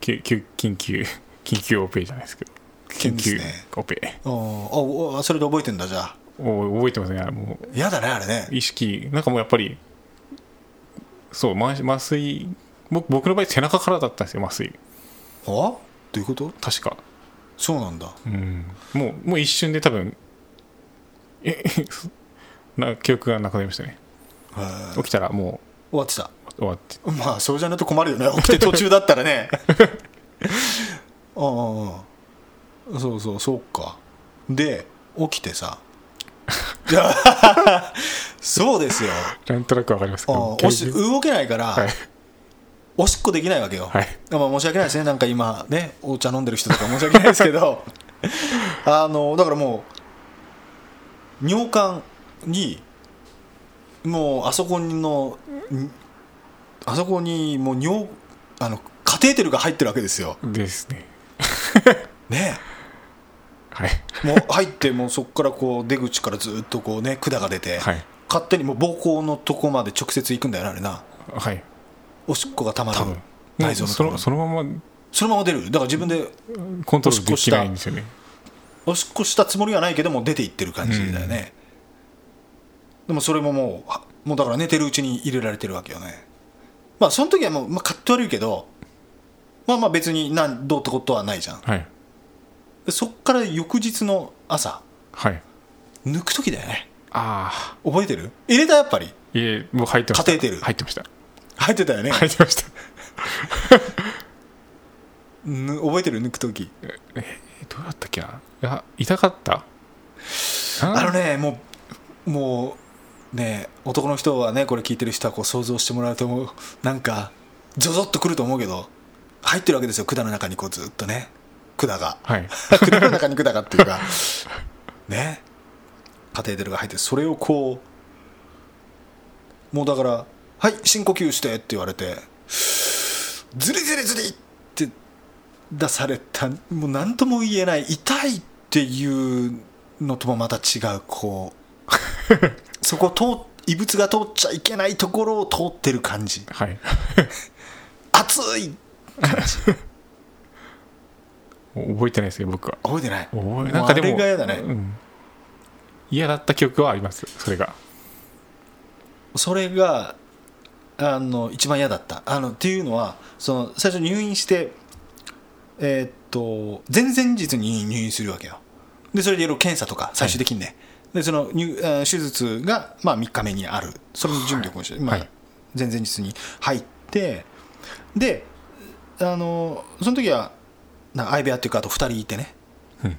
Speaker 2: 緊急緊急緊急オペじゃないですけど
Speaker 1: 危
Speaker 2: 緊
Speaker 1: 険
Speaker 2: 急
Speaker 1: ですね
Speaker 2: オペ
Speaker 1: おーあおそれで覚えてんだじゃあ
Speaker 2: お覚えてますねあれもう
Speaker 1: やだねあれね
Speaker 2: 意識なんかもうやっぱりそう麻麻酔僕僕の場合背中からだったんですよ麻酔
Speaker 1: あどういうこと
Speaker 2: 確か
Speaker 1: そうなんだ
Speaker 2: うんもうもう一瞬で多分え [LAUGHS] な記憶がなくなりましたね
Speaker 1: へー
Speaker 2: 起きたらも
Speaker 1: 終わってた
Speaker 2: う終わって
Speaker 1: まあそうじゃないと困るよね起きて途中だったら [LAUGHS] ねああそうそうそうかで起きてさいや [LAUGHS] そうですよ
Speaker 2: なんとなくわかりますけ
Speaker 1: あ
Speaker 2: ど
Speaker 1: あお
Speaker 2: [LAUGHS]
Speaker 1: し
Speaker 2: 90
Speaker 1: 動けないから、
Speaker 2: はい
Speaker 1: おしっこできないわけよ、
Speaker 2: はい
Speaker 1: まあ申し訳ないですねなんか今ねお茶飲んでる人とか申し訳ないですけ
Speaker 2: [LAUGHS]
Speaker 1: どあのだからもう尿管にもうあそこのんあそこにもう尿あのカテーテルが入ってるわけですよ
Speaker 2: ですね
Speaker 1: ね
Speaker 2: はい
Speaker 1: もう入ってもうそこからこう出口からずっとこうね管が出て、
Speaker 2: はい
Speaker 1: 勝手にもう膀胱のとこまで直接行くんだよなあれな
Speaker 2: はい
Speaker 1: おしっこがたまる
Speaker 2: 多分
Speaker 1: 内臓の
Speaker 2: そ
Speaker 1: ところ
Speaker 2: の
Speaker 1: に
Speaker 2: そのまま
Speaker 1: そのまま出るだから自分で
Speaker 2: コントロールできないんですよね
Speaker 1: おしっこしたつもりはないけども出ていってる感じだよね、でもそれももうはもうだから寝てるうちに入れられてるわけよねまあその時はもう、まあ、かっと悪いけどまあまあ別になんどうってことはないじゃん
Speaker 2: はい
Speaker 1: でそっから翌日の朝
Speaker 2: はい
Speaker 1: 抜く時だよね
Speaker 2: ああ
Speaker 1: 覚えてる入れたやっぱり
Speaker 2: いえもう入ってまし
Speaker 1: カ
Speaker 2: た
Speaker 1: テーテル
Speaker 2: 入ってました
Speaker 1: 入ってたよね、
Speaker 2: 入ってました
Speaker 1: ぬ覚えてる抜く時
Speaker 2: えどうだったっけないや痛かった
Speaker 1: あのねもうもうね男の人はねこれ聞いてる人はこう想像してもらうと思うなんかゾゾッとくると思うけど入ってるわけですよ管の中にこうずっとね管が
Speaker 2: はい
Speaker 1: [LAUGHS] 管の中に管がっていうかねカテーテルが入ってそれをこうもうだから「はい深呼吸して」って言われて「ズリズリズリ!」って出されたもう何とも言えない痛いっていうのともまた違うこうそこを通異物が通っちゃいけないところを通ってる感じ
Speaker 2: はい
Speaker 1: 熱い感じ
Speaker 2: 覚えてないですよ僕は
Speaker 1: 覚えてない
Speaker 2: 覚えなんかでも
Speaker 1: あれが嫌だね
Speaker 2: うん嫌だった記憶はありますそれが
Speaker 1: それがあの一番嫌だったあのっていうのはその最初入院してえーっと前々日に入院するわけよでそれでいろいろ検査とか最終的にね、でその入あ手術が、まあ、3日目にあるそれの準備をこうして、まあ
Speaker 2: はい
Speaker 1: 前々日に入ってであのその時はな相部屋っていうかあと2人いてね、
Speaker 2: うん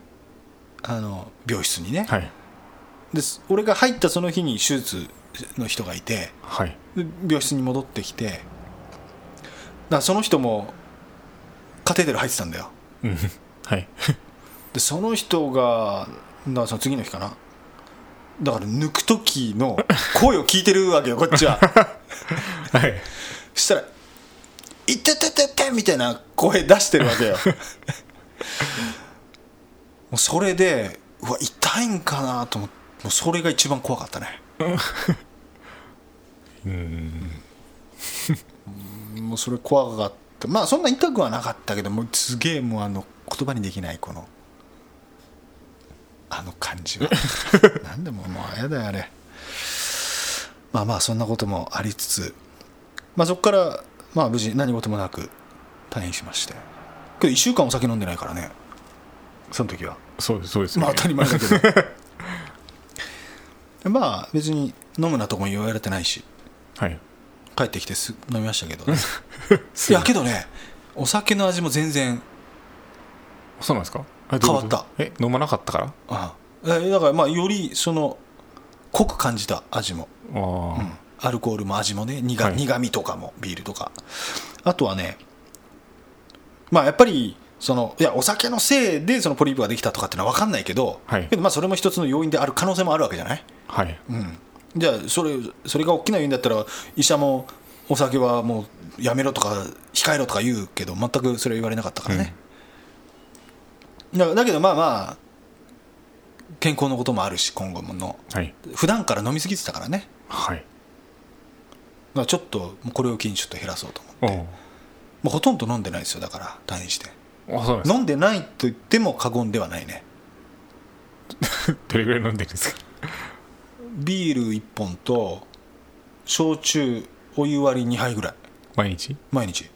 Speaker 1: あの病室にね、
Speaker 2: はい
Speaker 1: です俺が入ったその日に手術の人がいて
Speaker 2: はい
Speaker 1: で病室に戻ってきてだからその人もカテーテル入ってたんだよ
Speaker 2: うんはい
Speaker 1: でその人がだからその次の日かなだから抜く時の声を聞いてるわけよこっちは
Speaker 2: はい
Speaker 1: そしたら「いてててて」みたいな声出してるわけ
Speaker 2: [LAUGHS]
Speaker 1: よもうそれでうわ痛いんかなと思ってもうそれが一番怖かったね
Speaker 2: うん
Speaker 1: もうそれ怖かったまあそんな痛くはなかったけどもうすげえもうあの言葉にできないこのあの感じ
Speaker 2: [LAUGHS]
Speaker 1: はなんでももうやだよあれまあまあそんなこともありつつまあそこからまあ無事何事もなく退院しましてけど1週間お酒飲んでないからねその時は
Speaker 2: そうですそうです、ね、
Speaker 1: まあ当たり前だけどまあ別に飲むなとも言われてないし
Speaker 2: はい
Speaker 1: 帰ってきてす飲みましたけど、ね、いやけどねお酒の味も全然
Speaker 2: そうなんですかあどういうこと
Speaker 1: 変わっ
Speaker 2: え飲まなかったからあ
Speaker 1: あえだからまあよりその濃く感じた味も、
Speaker 2: あ、
Speaker 1: うんアルコールも味もね苦,、
Speaker 2: はい
Speaker 1: 苦味とかもビールとかあとはねまあやっぱりそのいやお酒のせいでそのポリープができたとかっていうのは分かんないけど、
Speaker 2: はい
Speaker 1: けどまあそれも一つの要因である可能性もあるわけじゃない、
Speaker 2: はい
Speaker 1: うん、じゃあそれそれが大きな要因だったら医者もお酒はもうやめろとか控えろとか言うけど全くそれは言われなかったからね、だだけどまあまあ健康のこともあるし今後もの
Speaker 2: はい
Speaker 1: 普段から飲み過ぎてたからね
Speaker 2: はい
Speaker 1: だからちょっともうこれを機にちょっと減らそうと思って
Speaker 2: お
Speaker 1: もうほとんど飲んでないですよだから退院して
Speaker 2: おあそうなんですか
Speaker 1: 飲んでないと言っても過言ではないね
Speaker 2: どれぐらい飲んでるんですか
Speaker 1: ビール1本と焼酎お湯割り2杯ぐらい
Speaker 2: 毎日
Speaker 1: 毎 [LAUGHS] 日い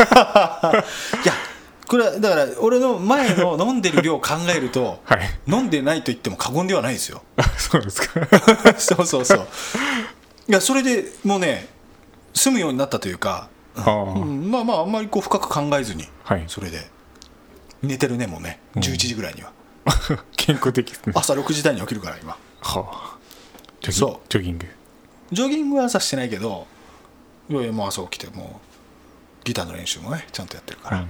Speaker 1: やこれはだから俺の前の飲んでる量を考えると
Speaker 2: はい [LAUGHS]
Speaker 1: 飲んでないと言っても過言ではない [LAUGHS] ですよ
Speaker 2: あそうなんですか
Speaker 1: そうそうそういやそれでもうね住むようになったというか、
Speaker 2: あ
Speaker 1: う
Speaker 2: ー
Speaker 1: んまあまああんまりこう深く考えずに
Speaker 2: はい
Speaker 1: それで寝てるねもうね
Speaker 2: うん
Speaker 1: 11時ぐらいには、
Speaker 2: 健康的ですね
Speaker 1: 朝6時台に起きるから今
Speaker 2: はあジョギン
Speaker 1: そう
Speaker 2: ジョギング
Speaker 1: ジョギングは朝してないけどいやいやもう朝起きてもうギターの練習もねちゃんとやってるから、
Speaker 2: うん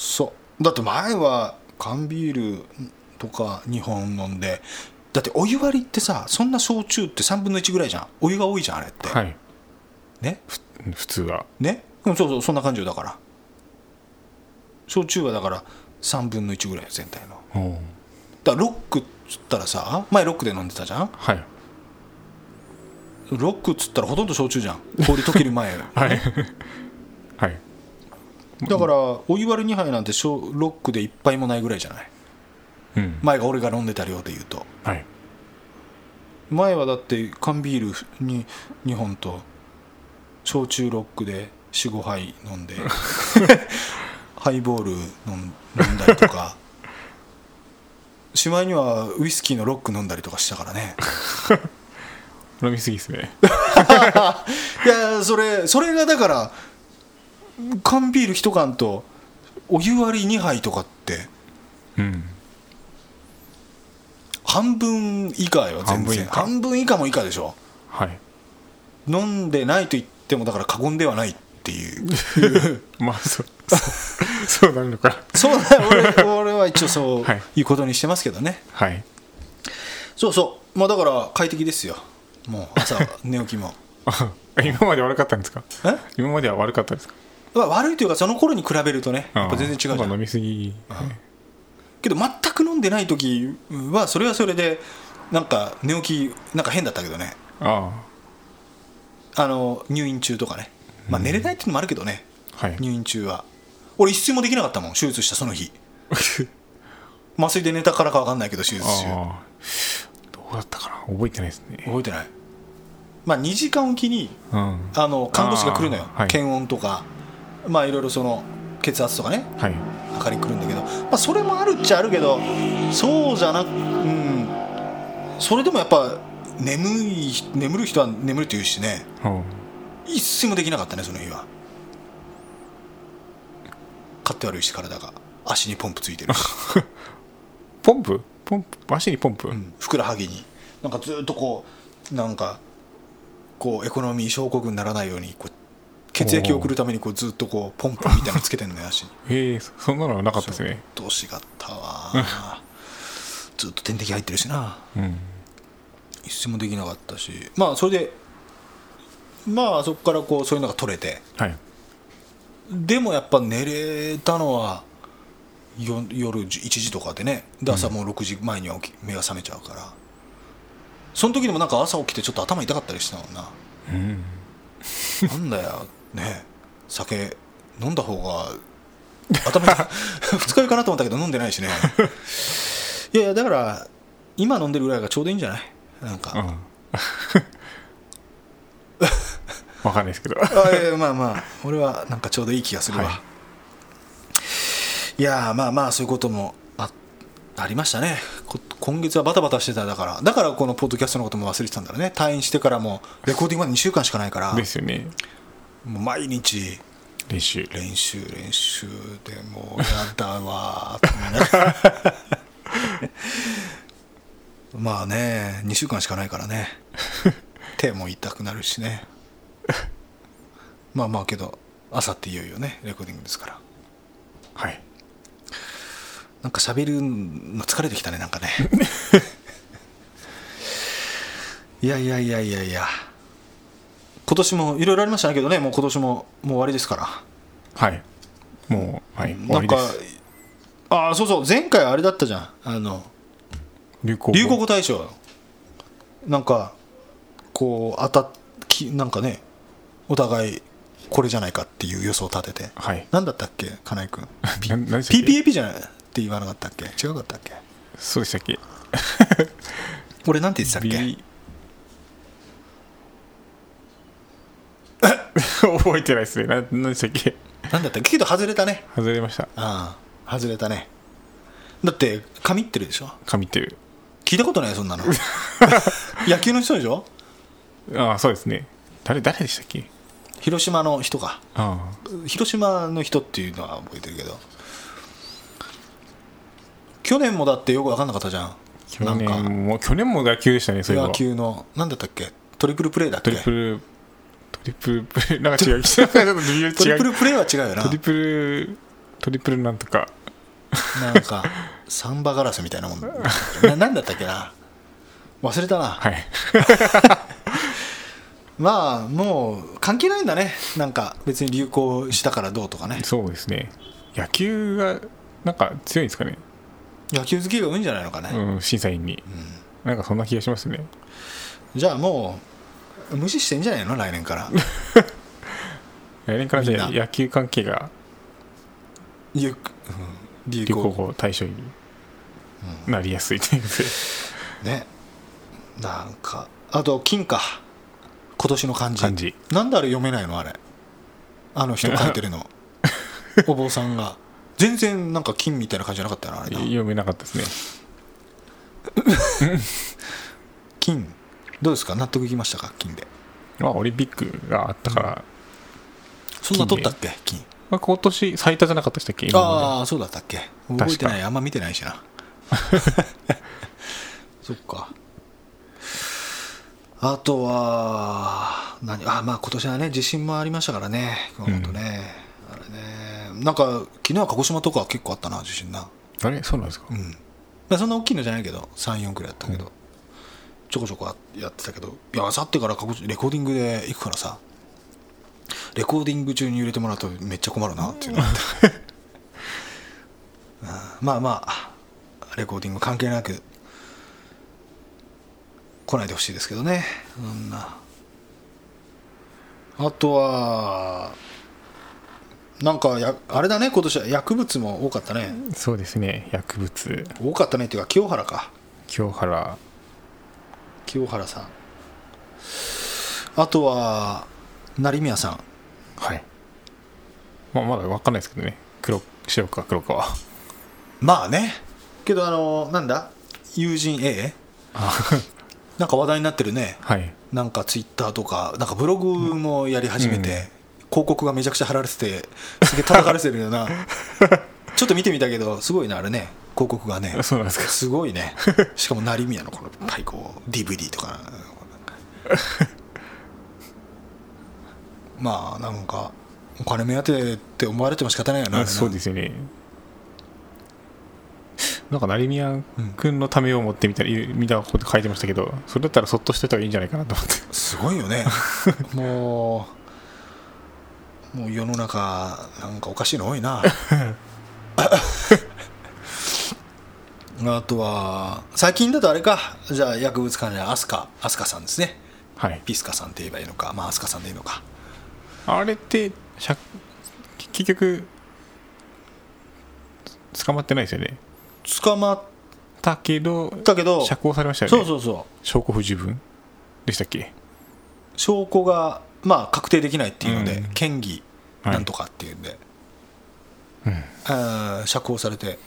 Speaker 1: そうだって前は缶ビールとか2本飲んでだってお湯割りってさそんな焼酎って3分の1ぐらいじゃんお湯が多いじゃんあれって、
Speaker 2: はい
Speaker 1: ね
Speaker 2: うん普通は
Speaker 1: ねうんそうそうそんな感じよだから焼酎はだから3分の1ぐらいよ全体の
Speaker 2: おー
Speaker 1: だからロックっつったらさ前ロックで飲んでたじゃん
Speaker 2: はい
Speaker 1: ロックっつったらほとんど焼酎じゃん氷溶ける前
Speaker 2: はい [LAUGHS] はい
Speaker 1: [LAUGHS] だからお湯割り2杯なんてしょロックで1杯もないぐらいじゃない
Speaker 2: うん
Speaker 1: 前が俺が飲んでた量で言うと
Speaker 2: はい
Speaker 1: 前はだって缶ビールに2本と焼酎ロックで45杯飲 [LAUGHS] んでハイボール飲ん飲んだりとかしまいにはウイスキーのロック飲んだりとかしたからね
Speaker 2: 飲みすぎですね
Speaker 1: いやそれそれがだから缶ビール1缶とお湯割り2杯とかって
Speaker 2: うん
Speaker 1: 半分以下よ全然
Speaker 2: 半分以下
Speaker 1: 半分以下も以下でしょ
Speaker 2: はい
Speaker 1: 飲んでないと言ってもだから過言ではないって
Speaker 2: [LAUGHS]
Speaker 1: いう
Speaker 2: まあそう [LAUGHS] そうそうなるのか
Speaker 1: そうだ俺俺は一応そう
Speaker 2: はい
Speaker 1: いうことにしてますけどね、
Speaker 2: はい [LAUGHS]
Speaker 1: そうそうまあだから快適ですよもう
Speaker 2: [LAUGHS]
Speaker 1: 朝寝起きも
Speaker 2: あ今まで悪かったんですか
Speaker 1: え [LAUGHS]
Speaker 2: 今までは悪かったですか
Speaker 1: まあ悪いというかその頃に比べるとねやっぱ全然違うじ
Speaker 2: な
Speaker 1: ゃ
Speaker 2: んか飲
Speaker 1: ん
Speaker 2: みすぎ
Speaker 1: けど全く飲んでない時はそれはそれでなんか寝起きなんか変だったけどね
Speaker 2: あ
Speaker 1: あの入院中とかねまあ寝れないっていうのもあるけどね、
Speaker 2: あはい
Speaker 1: 入院中は俺一睡もできなかったもん手術したその
Speaker 2: [LAUGHS]
Speaker 1: 日麻酔で寝たからか分かんないけど手術中
Speaker 2: ああどうだったかな覚えてないですね
Speaker 1: 覚えてないまあ2時間おきに
Speaker 2: うん
Speaker 1: あの看護師が来るのよ、
Speaker 2: あーはい
Speaker 1: 検温とかまあいろいろその血圧とかね
Speaker 2: はい
Speaker 1: 測りに来るんだけど、まあ、それもあるっちゃあるけどそうじゃなくうんそれでもやっぱ眠い眠る人は眠るって言うしね
Speaker 2: うん
Speaker 1: 一睡もできなかったねその日は勝手悪いし体が足にポンプついてるし、
Speaker 2: ポンプポンプ足にポンプ、
Speaker 1: うんふくらはぎになんかずっとこうなんかこうエコノミー症候群にならないようにこう血液を送るためにこうずっとこうポンプみたいなのつけてんのよ足に
Speaker 2: へえそそんなのはなかったですね
Speaker 1: どうしがったわずっと点滴入ってるしな
Speaker 2: うん
Speaker 1: 一睡もできなかったしまあそれでまあそこからこうそういうのが取れて
Speaker 2: はい
Speaker 1: でもやっぱ寝れたのはよ夜1時とかでねで朝もう6時前には起き目が覚めちゃうからその時でもなんか朝起きてちょっと頭痛かったりしたもんな
Speaker 2: うん
Speaker 1: なんだよね酒飲んだ方が頭痛い [LAUGHS] 二日酔いかなと思ったけど飲んでないしねいやいやだから今飲んでるぐらいがちょうどいいんじゃないなんか
Speaker 2: うんわ [LAUGHS] かんないですけど
Speaker 1: あいやまあまあ俺はなんかちょうどいい気がするわ、、
Speaker 2: はい
Speaker 1: やーまあまあそういうこともあありましたねこ今月はバタバタしてただからだからこのポッドキャストのことも忘れてたんだろうね退院してからもレコーディングまで2週間しかないから
Speaker 2: ですよね
Speaker 1: もう毎日
Speaker 2: 練習
Speaker 1: 練習練習でもうやだわーと [LAUGHS] 思いながらまあね2週間しかないからね手も痛くなるしねまあまあけどあさっていよいよねレコーディングですから
Speaker 2: はい
Speaker 1: なんか喋るの疲れてきたねなんかねいやいやいやいやいや今年もいろいろありましたけどねもう今年ももう終わりですから
Speaker 2: はいもうはい終
Speaker 1: な
Speaker 2: わ
Speaker 1: ん
Speaker 2: りで
Speaker 1: か
Speaker 2: す
Speaker 1: ああそうそう前回あれだったじゃんあの
Speaker 2: 流行語
Speaker 1: 流行語大賞なんかこう当たっきなんかねお互いこれじゃないかっていう予想を立てて
Speaker 2: はい
Speaker 1: 何だったっけ金井君
Speaker 2: な何でしたっけ
Speaker 1: PPAP じゃないって言わなかったっけ違うかったっけ
Speaker 2: そうでしたっけ
Speaker 1: 俺なんて言ってたっけ
Speaker 2: B [LAUGHS] 覚えてないですねな何でしたっけ
Speaker 1: 何だったっけけど外れたね
Speaker 2: 外れました
Speaker 1: ああ外れたねだって神ってるでしょ
Speaker 2: 神ってる
Speaker 1: 聞いたことないよそんな
Speaker 2: [LAUGHS]
Speaker 1: の野球の人でしょ
Speaker 2: ああそうですね誰誰でしたっけ
Speaker 1: 広島の人か
Speaker 2: あ
Speaker 1: 広島の人っていうのは覚えてるけど去年もだってよく分かんなかったじゃん
Speaker 2: あ去年
Speaker 1: なんか
Speaker 2: も去年も野球でしたねそういえば
Speaker 1: 野球のなんだったっけトリプルプレーだっ
Speaker 2: ト
Speaker 1: け
Speaker 2: リプルトリプル [LAUGHS] プレなんか違うちょっと微妙に違う
Speaker 1: トリプルプレーは違うよな
Speaker 2: トリプルトリプルなんとか
Speaker 1: なんかサンバガラスみたいなもんななんだったっけな忘れたな、
Speaker 2: はい
Speaker 1: まあもう関係ないんだねなんか別に流行したからどうとかね
Speaker 2: そうですね野球がなんか強いんですかね、
Speaker 1: 野球好きが多いんじゃないのかね、
Speaker 2: うん、審査員に、なんかそんな気がしますね
Speaker 1: じゃあもう無視してんじゃないの来年
Speaker 2: [LAUGHS]
Speaker 1: から
Speaker 2: 来年からじゃあ
Speaker 1: みんな
Speaker 2: 野球関係が
Speaker 1: 流,、うん、流
Speaker 2: 流行
Speaker 1: 行
Speaker 2: 語大賞になりやすいということで
Speaker 1: ねなんかあと金か今年の漢字
Speaker 2: 漢字
Speaker 1: なんであれ読めないのあれあの人書いてるの [LAUGHS] お坊さんが全然なんか金みたいな感じじゃなかったよなあれな
Speaker 2: 読めなかったですね
Speaker 1: 金どうですか納得いきましたか金で
Speaker 2: まあオリンピックがあったから、
Speaker 1: そんな取ったっけ金
Speaker 2: まあ、今年最多じゃなかったでしたっけ今ま
Speaker 1: ああそうだったっけ覚えてないあんま見てない
Speaker 2: [LAUGHS]
Speaker 1: しなそっかあとは何あまあ今年はね地震もありましたからね熊本ね、あれねなんか昨日は鹿児島とかは結構あったな地震な
Speaker 2: であれそうなんですか、
Speaker 1: うんまあそんな大きいのじゃないけど34くらいやったけど、ちょこちょこやってたけどいやあさってから鹿児島レコーディングで行くからさレコーディング中に揺れてもらうとめっちゃ困るなっていうのがあってうんまあまあレコーディング関係なく来ないでほしいですけどねそんなあとはなんかやあれだね今年は薬物も多かったね
Speaker 2: そうですね薬物
Speaker 1: 多かったねっていうか清原か
Speaker 2: 清原
Speaker 1: 清原さんあとは成宮さん
Speaker 2: はい、まあ、まだ分かんないですけどね黒白か黒かは
Speaker 1: まあねけどあのなんだ友人 A [LAUGHS] なんか話題になってるね
Speaker 2: はい
Speaker 1: なんかツイッターとかなんかブログもやり始めて、
Speaker 2: うんうん
Speaker 1: 広告がめちゃくちゃ貼られててすげえ叩かれてるよ
Speaker 2: [LAUGHS]
Speaker 1: なちょっと見てみたけどすごいなあれね広告がね
Speaker 2: そうなんですか
Speaker 1: すごいねしかも成宮のこの太鼓 DVD とか [LAUGHS] まあなんかお金目当てって思われても仕方ないよなあれな
Speaker 2: そうですよねなんか成宮君のためを持ってみたい見たこと書いてましたけどそれだったらそっとしてた方がいいんじゃないかなと思って
Speaker 1: すごいよね [LAUGHS] もうもう世の中なんかおかしいの多いな [LAUGHS] あとは最近だとあれかじゃあ薬物関連アスカアスカさんですね
Speaker 2: [LAUGHS] はい
Speaker 1: ピスカさんって言えばいいのかまあアスカさんでいいのか
Speaker 2: あれってしゃ結局捕まってないですよね
Speaker 1: 捕まっ
Speaker 2: だけど
Speaker 1: たけど
Speaker 2: 釈放されましたよね
Speaker 1: そうそうそう
Speaker 2: 証拠不十分でしたっけ
Speaker 1: 証拠がまあ確定できないっていうので、
Speaker 2: うん
Speaker 1: 嫌疑
Speaker 2: はい
Speaker 1: なんとかっていうんで、
Speaker 2: うん
Speaker 1: あー釈放されて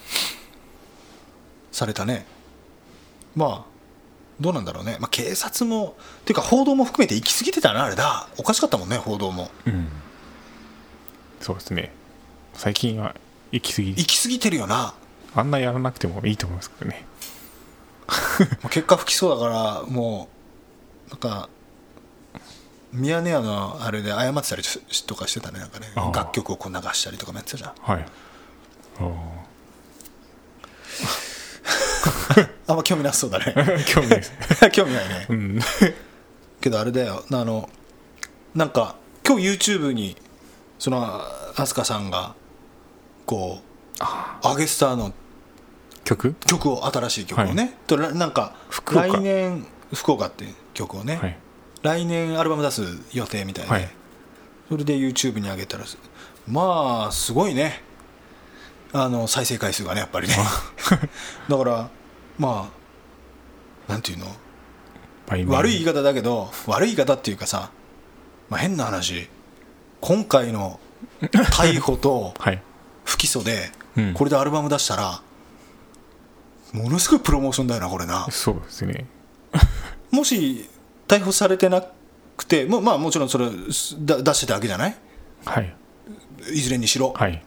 Speaker 1: されたねまあどうなんだろうね、まあ、警察もっていうか報道も含めて行き過ぎてたなあれだおかしかったもんね報道も
Speaker 2: うんそうですね最近は行き過ぎ
Speaker 1: 行き過ぎてるよな、
Speaker 2: あんなやらなくてもいいと思いますけどね
Speaker 1: まあ結果不起訴だからもうなんかミヤネ屋のあれで謝ってたりしとかしてたねなんかね
Speaker 2: あー
Speaker 1: 楽曲をこう流したりとかもやってたじゃん
Speaker 2: はいあ
Speaker 1: あんま興味なさそうだね
Speaker 2: あ [LAUGHS] 興味ないです
Speaker 1: [LAUGHS] 興味ないね
Speaker 2: うん
Speaker 1: けどあれだよあのなんか今日 YouTube にそのあ飛鳥さんがこうアゲスターの
Speaker 2: [LAUGHS] 曲
Speaker 1: 曲を新しい曲をね、とらなんか
Speaker 2: 福岡
Speaker 1: 来年福岡っていう曲をね、
Speaker 2: はい
Speaker 1: 来年アルバム出す予定みたいで、
Speaker 2: はい
Speaker 1: それで YouTube に上げたらすまあすごいねあの再生回数がねやっぱり
Speaker 2: [LAUGHS]
Speaker 1: ねだからまあなんていうの
Speaker 2: 売名
Speaker 1: 悪い言い方だけど悪い言い方っていうかさ、まあ、変な話今回の逮捕と
Speaker 2: はい
Speaker 1: 不起訴で、
Speaker 2: うん
Speaker 1: これでアルバム出したらものすごいプロモーションだよなこれな
Speaker 2: そうですね
Speaker 1: もし逮捕されてなくても,、まあ、もちろんそれすだ出してたわけじゃない
Speaker 2: はい
Speaker 1: いずれにしろ、
Speaker 2: はい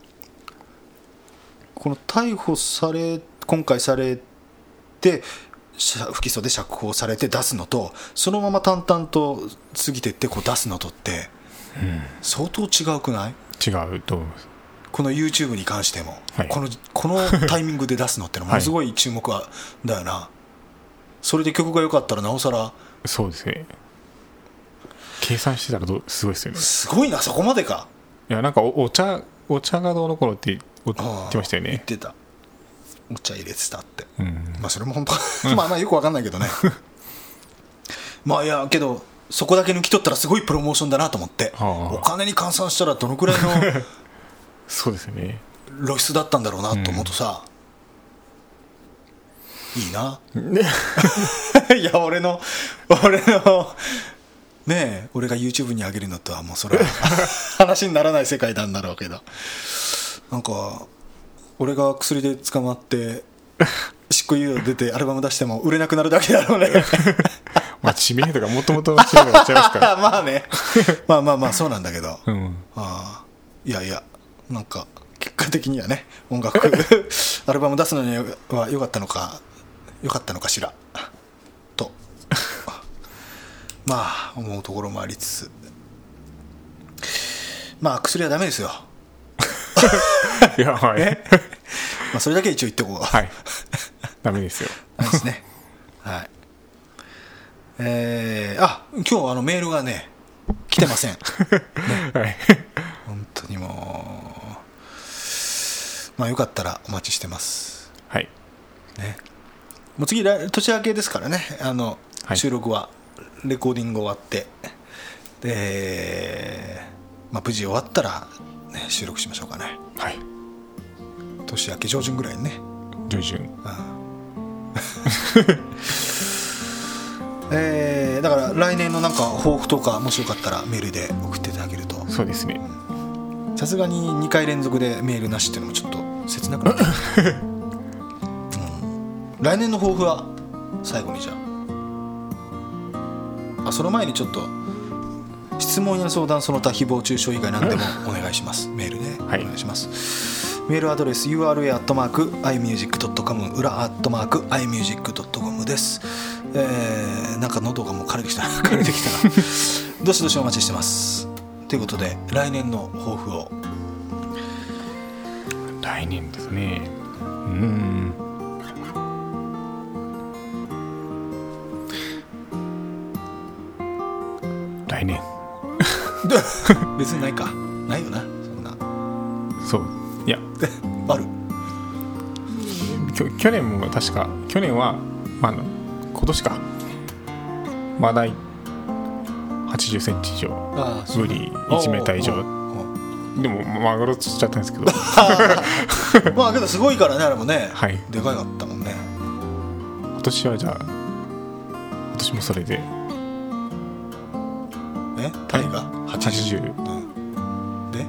Speaker 1: この逮捕され今回されてしゃ不起訴で釈放されて出すのとそのまま淡々と過ぎてってこう出すのとって相当違うくない
Speaker 2: 違うと思います
Speaker 1: この YouTube に関しても、
Speaker 2: はい
Speaker 1: このこのタイミングで出すのってのはものすごい注目はだよな、それで曲が良かったらなおさら
Speaker 2: そうですね計算してたらどうすごいですよね
Speaker 1: すごいなそこまでか
Speaker 2: いやなんかおお茶お茶がどうの頃ってお言
Speaker 1: あー
Speaker 2: ってましたよ
Speaker 1: 言っ
Speaker 2: ね
Speaker 1: てたお茶入れてたって、
Speaker 2: うん
Speaker 1: まあそれも本当 [LAUGHS] まあまあよくわかんないけどねまあいやけどそこだけ抜き取ったらすごいプロモーションだなと思って
Speaker 2: ああ
Speaker 1: お金に換算したらどのくらいの
Speaker 2: そうですね
Speaker 1: 露出だったんだろうなと思うとさ、いいな [LAUGHS] いや俺の俺のねえ俺が YouTube に上げるのとはもうそれは話にならない世界なんだろうけどなんか俺が薬で捕まって執行猶予出てアルバム出しても売れなくなるだけだろうね [LAUGHS]
Speaker 2: まあ知名度がもともとの知名度が落ちちゃいますから
Speaker 1: まあねまあまあまあそうなんだけど、
Speaker 2: うん
Speaker 1: ああいやいやなんか結果的にはね音楽アルバム出すのには良かったのか良かったのかしらとまあ思うところもありつつまあ薬はダメですよ、
Speaker 2: いやはい
Speaker 1: まあ、それだけは一応言っておこう、
Speaker 2: はいダメですよ
Speaker 1: なんですね。 [LAUGHS] はい。えー、あ今日あのメールがね、来てま
Speaker 2: [LAUGHS]
Speaker 1: せん。
Speaker 2: はい
Speaker 1: [LAUGHS] 本当にもう、まあよかったらお待ちしてます。
Speaker 2: はい
Speaker 1: ね。もう次、来年明けですからね、あの、
Speaker 2: はい
Speaker 1: 収録は、レコーディング終わって、で、まあ無事終わったら、ね、収録しましょうかね
Speaker 2: はい
Speaker 1: 年明け上旬ぐらいにね
Speaker 2: 上旬
Speaker 1: うん [LAUGHS] えーだから来年のなんか抱負とかもしよかったらメールで送っていただけると
Speaker 2: そうですね
Speaker 1: さすがに2回連続でメールなしっていうのもちょっと切なくなった、うん、来年の抱負は最後にじゃああその前にちょっと質問や相談その他誹謗中傷以外何でもお願いしますメールで、
Speaker 2: はい
Speaker 1: お願いしますメールアドレス ura.imusic.com 裏 .imusic.com です、えーなんか喉がもう枯れてきたな [LAUGHS] 枯れてきたなどしどしお待ちしてますということで来年の抱負を [LAUGHS]
Speaker 2: 来年ですねうーん来年
Speaker 1: 別にないかないよなそんな
Speaker 2: そういや
Speaker 1: ある
Speaker 2: きょ去年も確か去年は、まあ、今年かマダイ8 0ンチ以上
Speaker 1: ああ
Speaker 2: ブリ1メーター以上 [LAUGHS] でもマグロ釣っちゃったんですけどあ
Speaker 1: まあけどすごいからねあれもね、
Speaker 2: はい
Speaker 1: でかいかったもんね
Speaker 2: 今年はじゃあ今年もそれで
Speaker 1: えタイが80、
Speaker 2: 80
Speaker 1: うん、で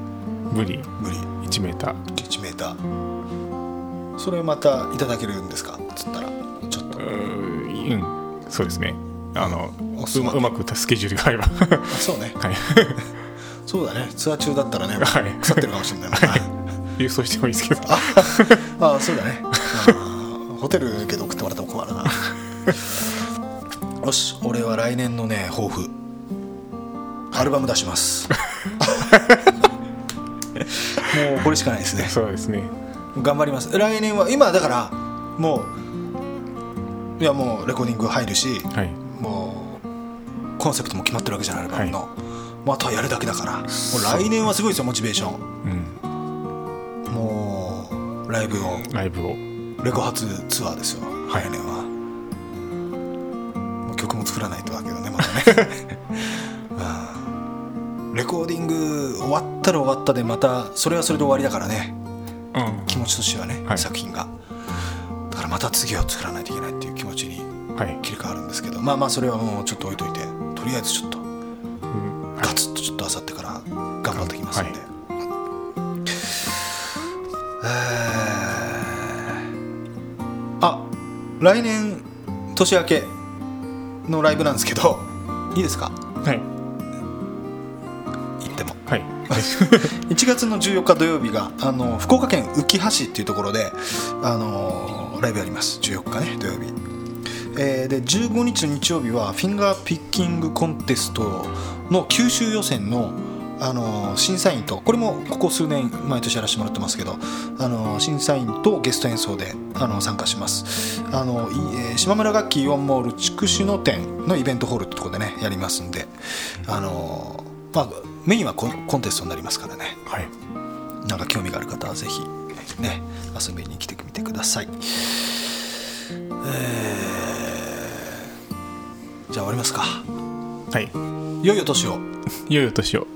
Speaker 2: ブリ
Speaker 1: ブリ
Speaker 2: 1メーター
Speaker 1: 1メーターそれまたいただけるんですかつったらちょっと
Speaker 2: うーんそうですねあの
Speaker 1: あそううな
Speaker 2: ま
Speaker 1: んだ
Speaker 2: うまくスケジュールが合えば [LAUGHS] は
Speaker 1: あそうね
Speaker 2: い
Speaker 1: そうだねツアー中だったらね、
Speaker 2: はい
Speaker 1: 腐ってるかもしれないな、
Speaker 2: 郵送してもいいですけど
Speaker 1: ああそうだねあーホテルけど送ってもらっても困
Speaker 2: [LAUGHS]
Speaker 1: るなよし俺は来年のね抱負アルバム出します
Speaker 2: [LAUGHS]
Speaker 1: もうこれしかないですね
Speaker 2: そうですね
Speaker 1: 頑張ります来年は今だからもういやもうレコーディング入るし
Speaker 2: はい
Speaker 1: もうコンセプトも決まってるわけじゃないアルバムの、もうあとはやるだけだからもう来年はすごいですよモチベーション
Speaker 2: うん
Speaker 1: もうライブを
Speaker 2: ライブを
Speaker 1: レコ発ツアーですよ
Speaker 2: はい
Speaker 1: 来年は、もう曲も作らないとだけどねまだね
Speaker 2: [LAUGHS]
Speaker 1: うんレコーディング終わったら終わったでまたそれはそれで終わりだからね
Speaker 2: うん
Speaker 1: 気持ちとしてはね、
Speaker 2: はい
Speaker 1: 作品がだからまた次を作らないといけないっていう気持ちに
Speaker 2: はい、
Speaker 1: 切り替わるんですけどまあまあそれはもうちょっと置いといてとりあえずちょっと
Speaker 2: うん、
Speaker 1: ガツッとちょっとあさってから頑張ってきますんで、
Speaker 2: は
Speaker 1: えーあ来年年明けのライブなんですけどいいですか
Speaker 2: はい
Speaker 1: 言っても
Speaker 2: はい
Speaker 1: 1月の14日土曜日があの福岡県浮橋市っていうところであのライブやります14日ね土曜日、えーで15日の日曜日はフィンガーピッキングコンテストの九州予選のあの審査員とこれもここ数年毎年やらせてもらってますけどあの審査員とゲスト演奏であの参加しますあの、いえー島村楽器イオンモール筑紫野店のイベントホールってとこでねやりますんであの、まあ、メインはコンコンテストになりますからね
Speaker 2: はい
Speaker 1: なんか興味がある方はぜひね遊びに来てみてください。えーじゃあ終わりますか。
Speaker 2: はい
Speaker 1: 良いお年を。
Speaker 2: いよいよ年を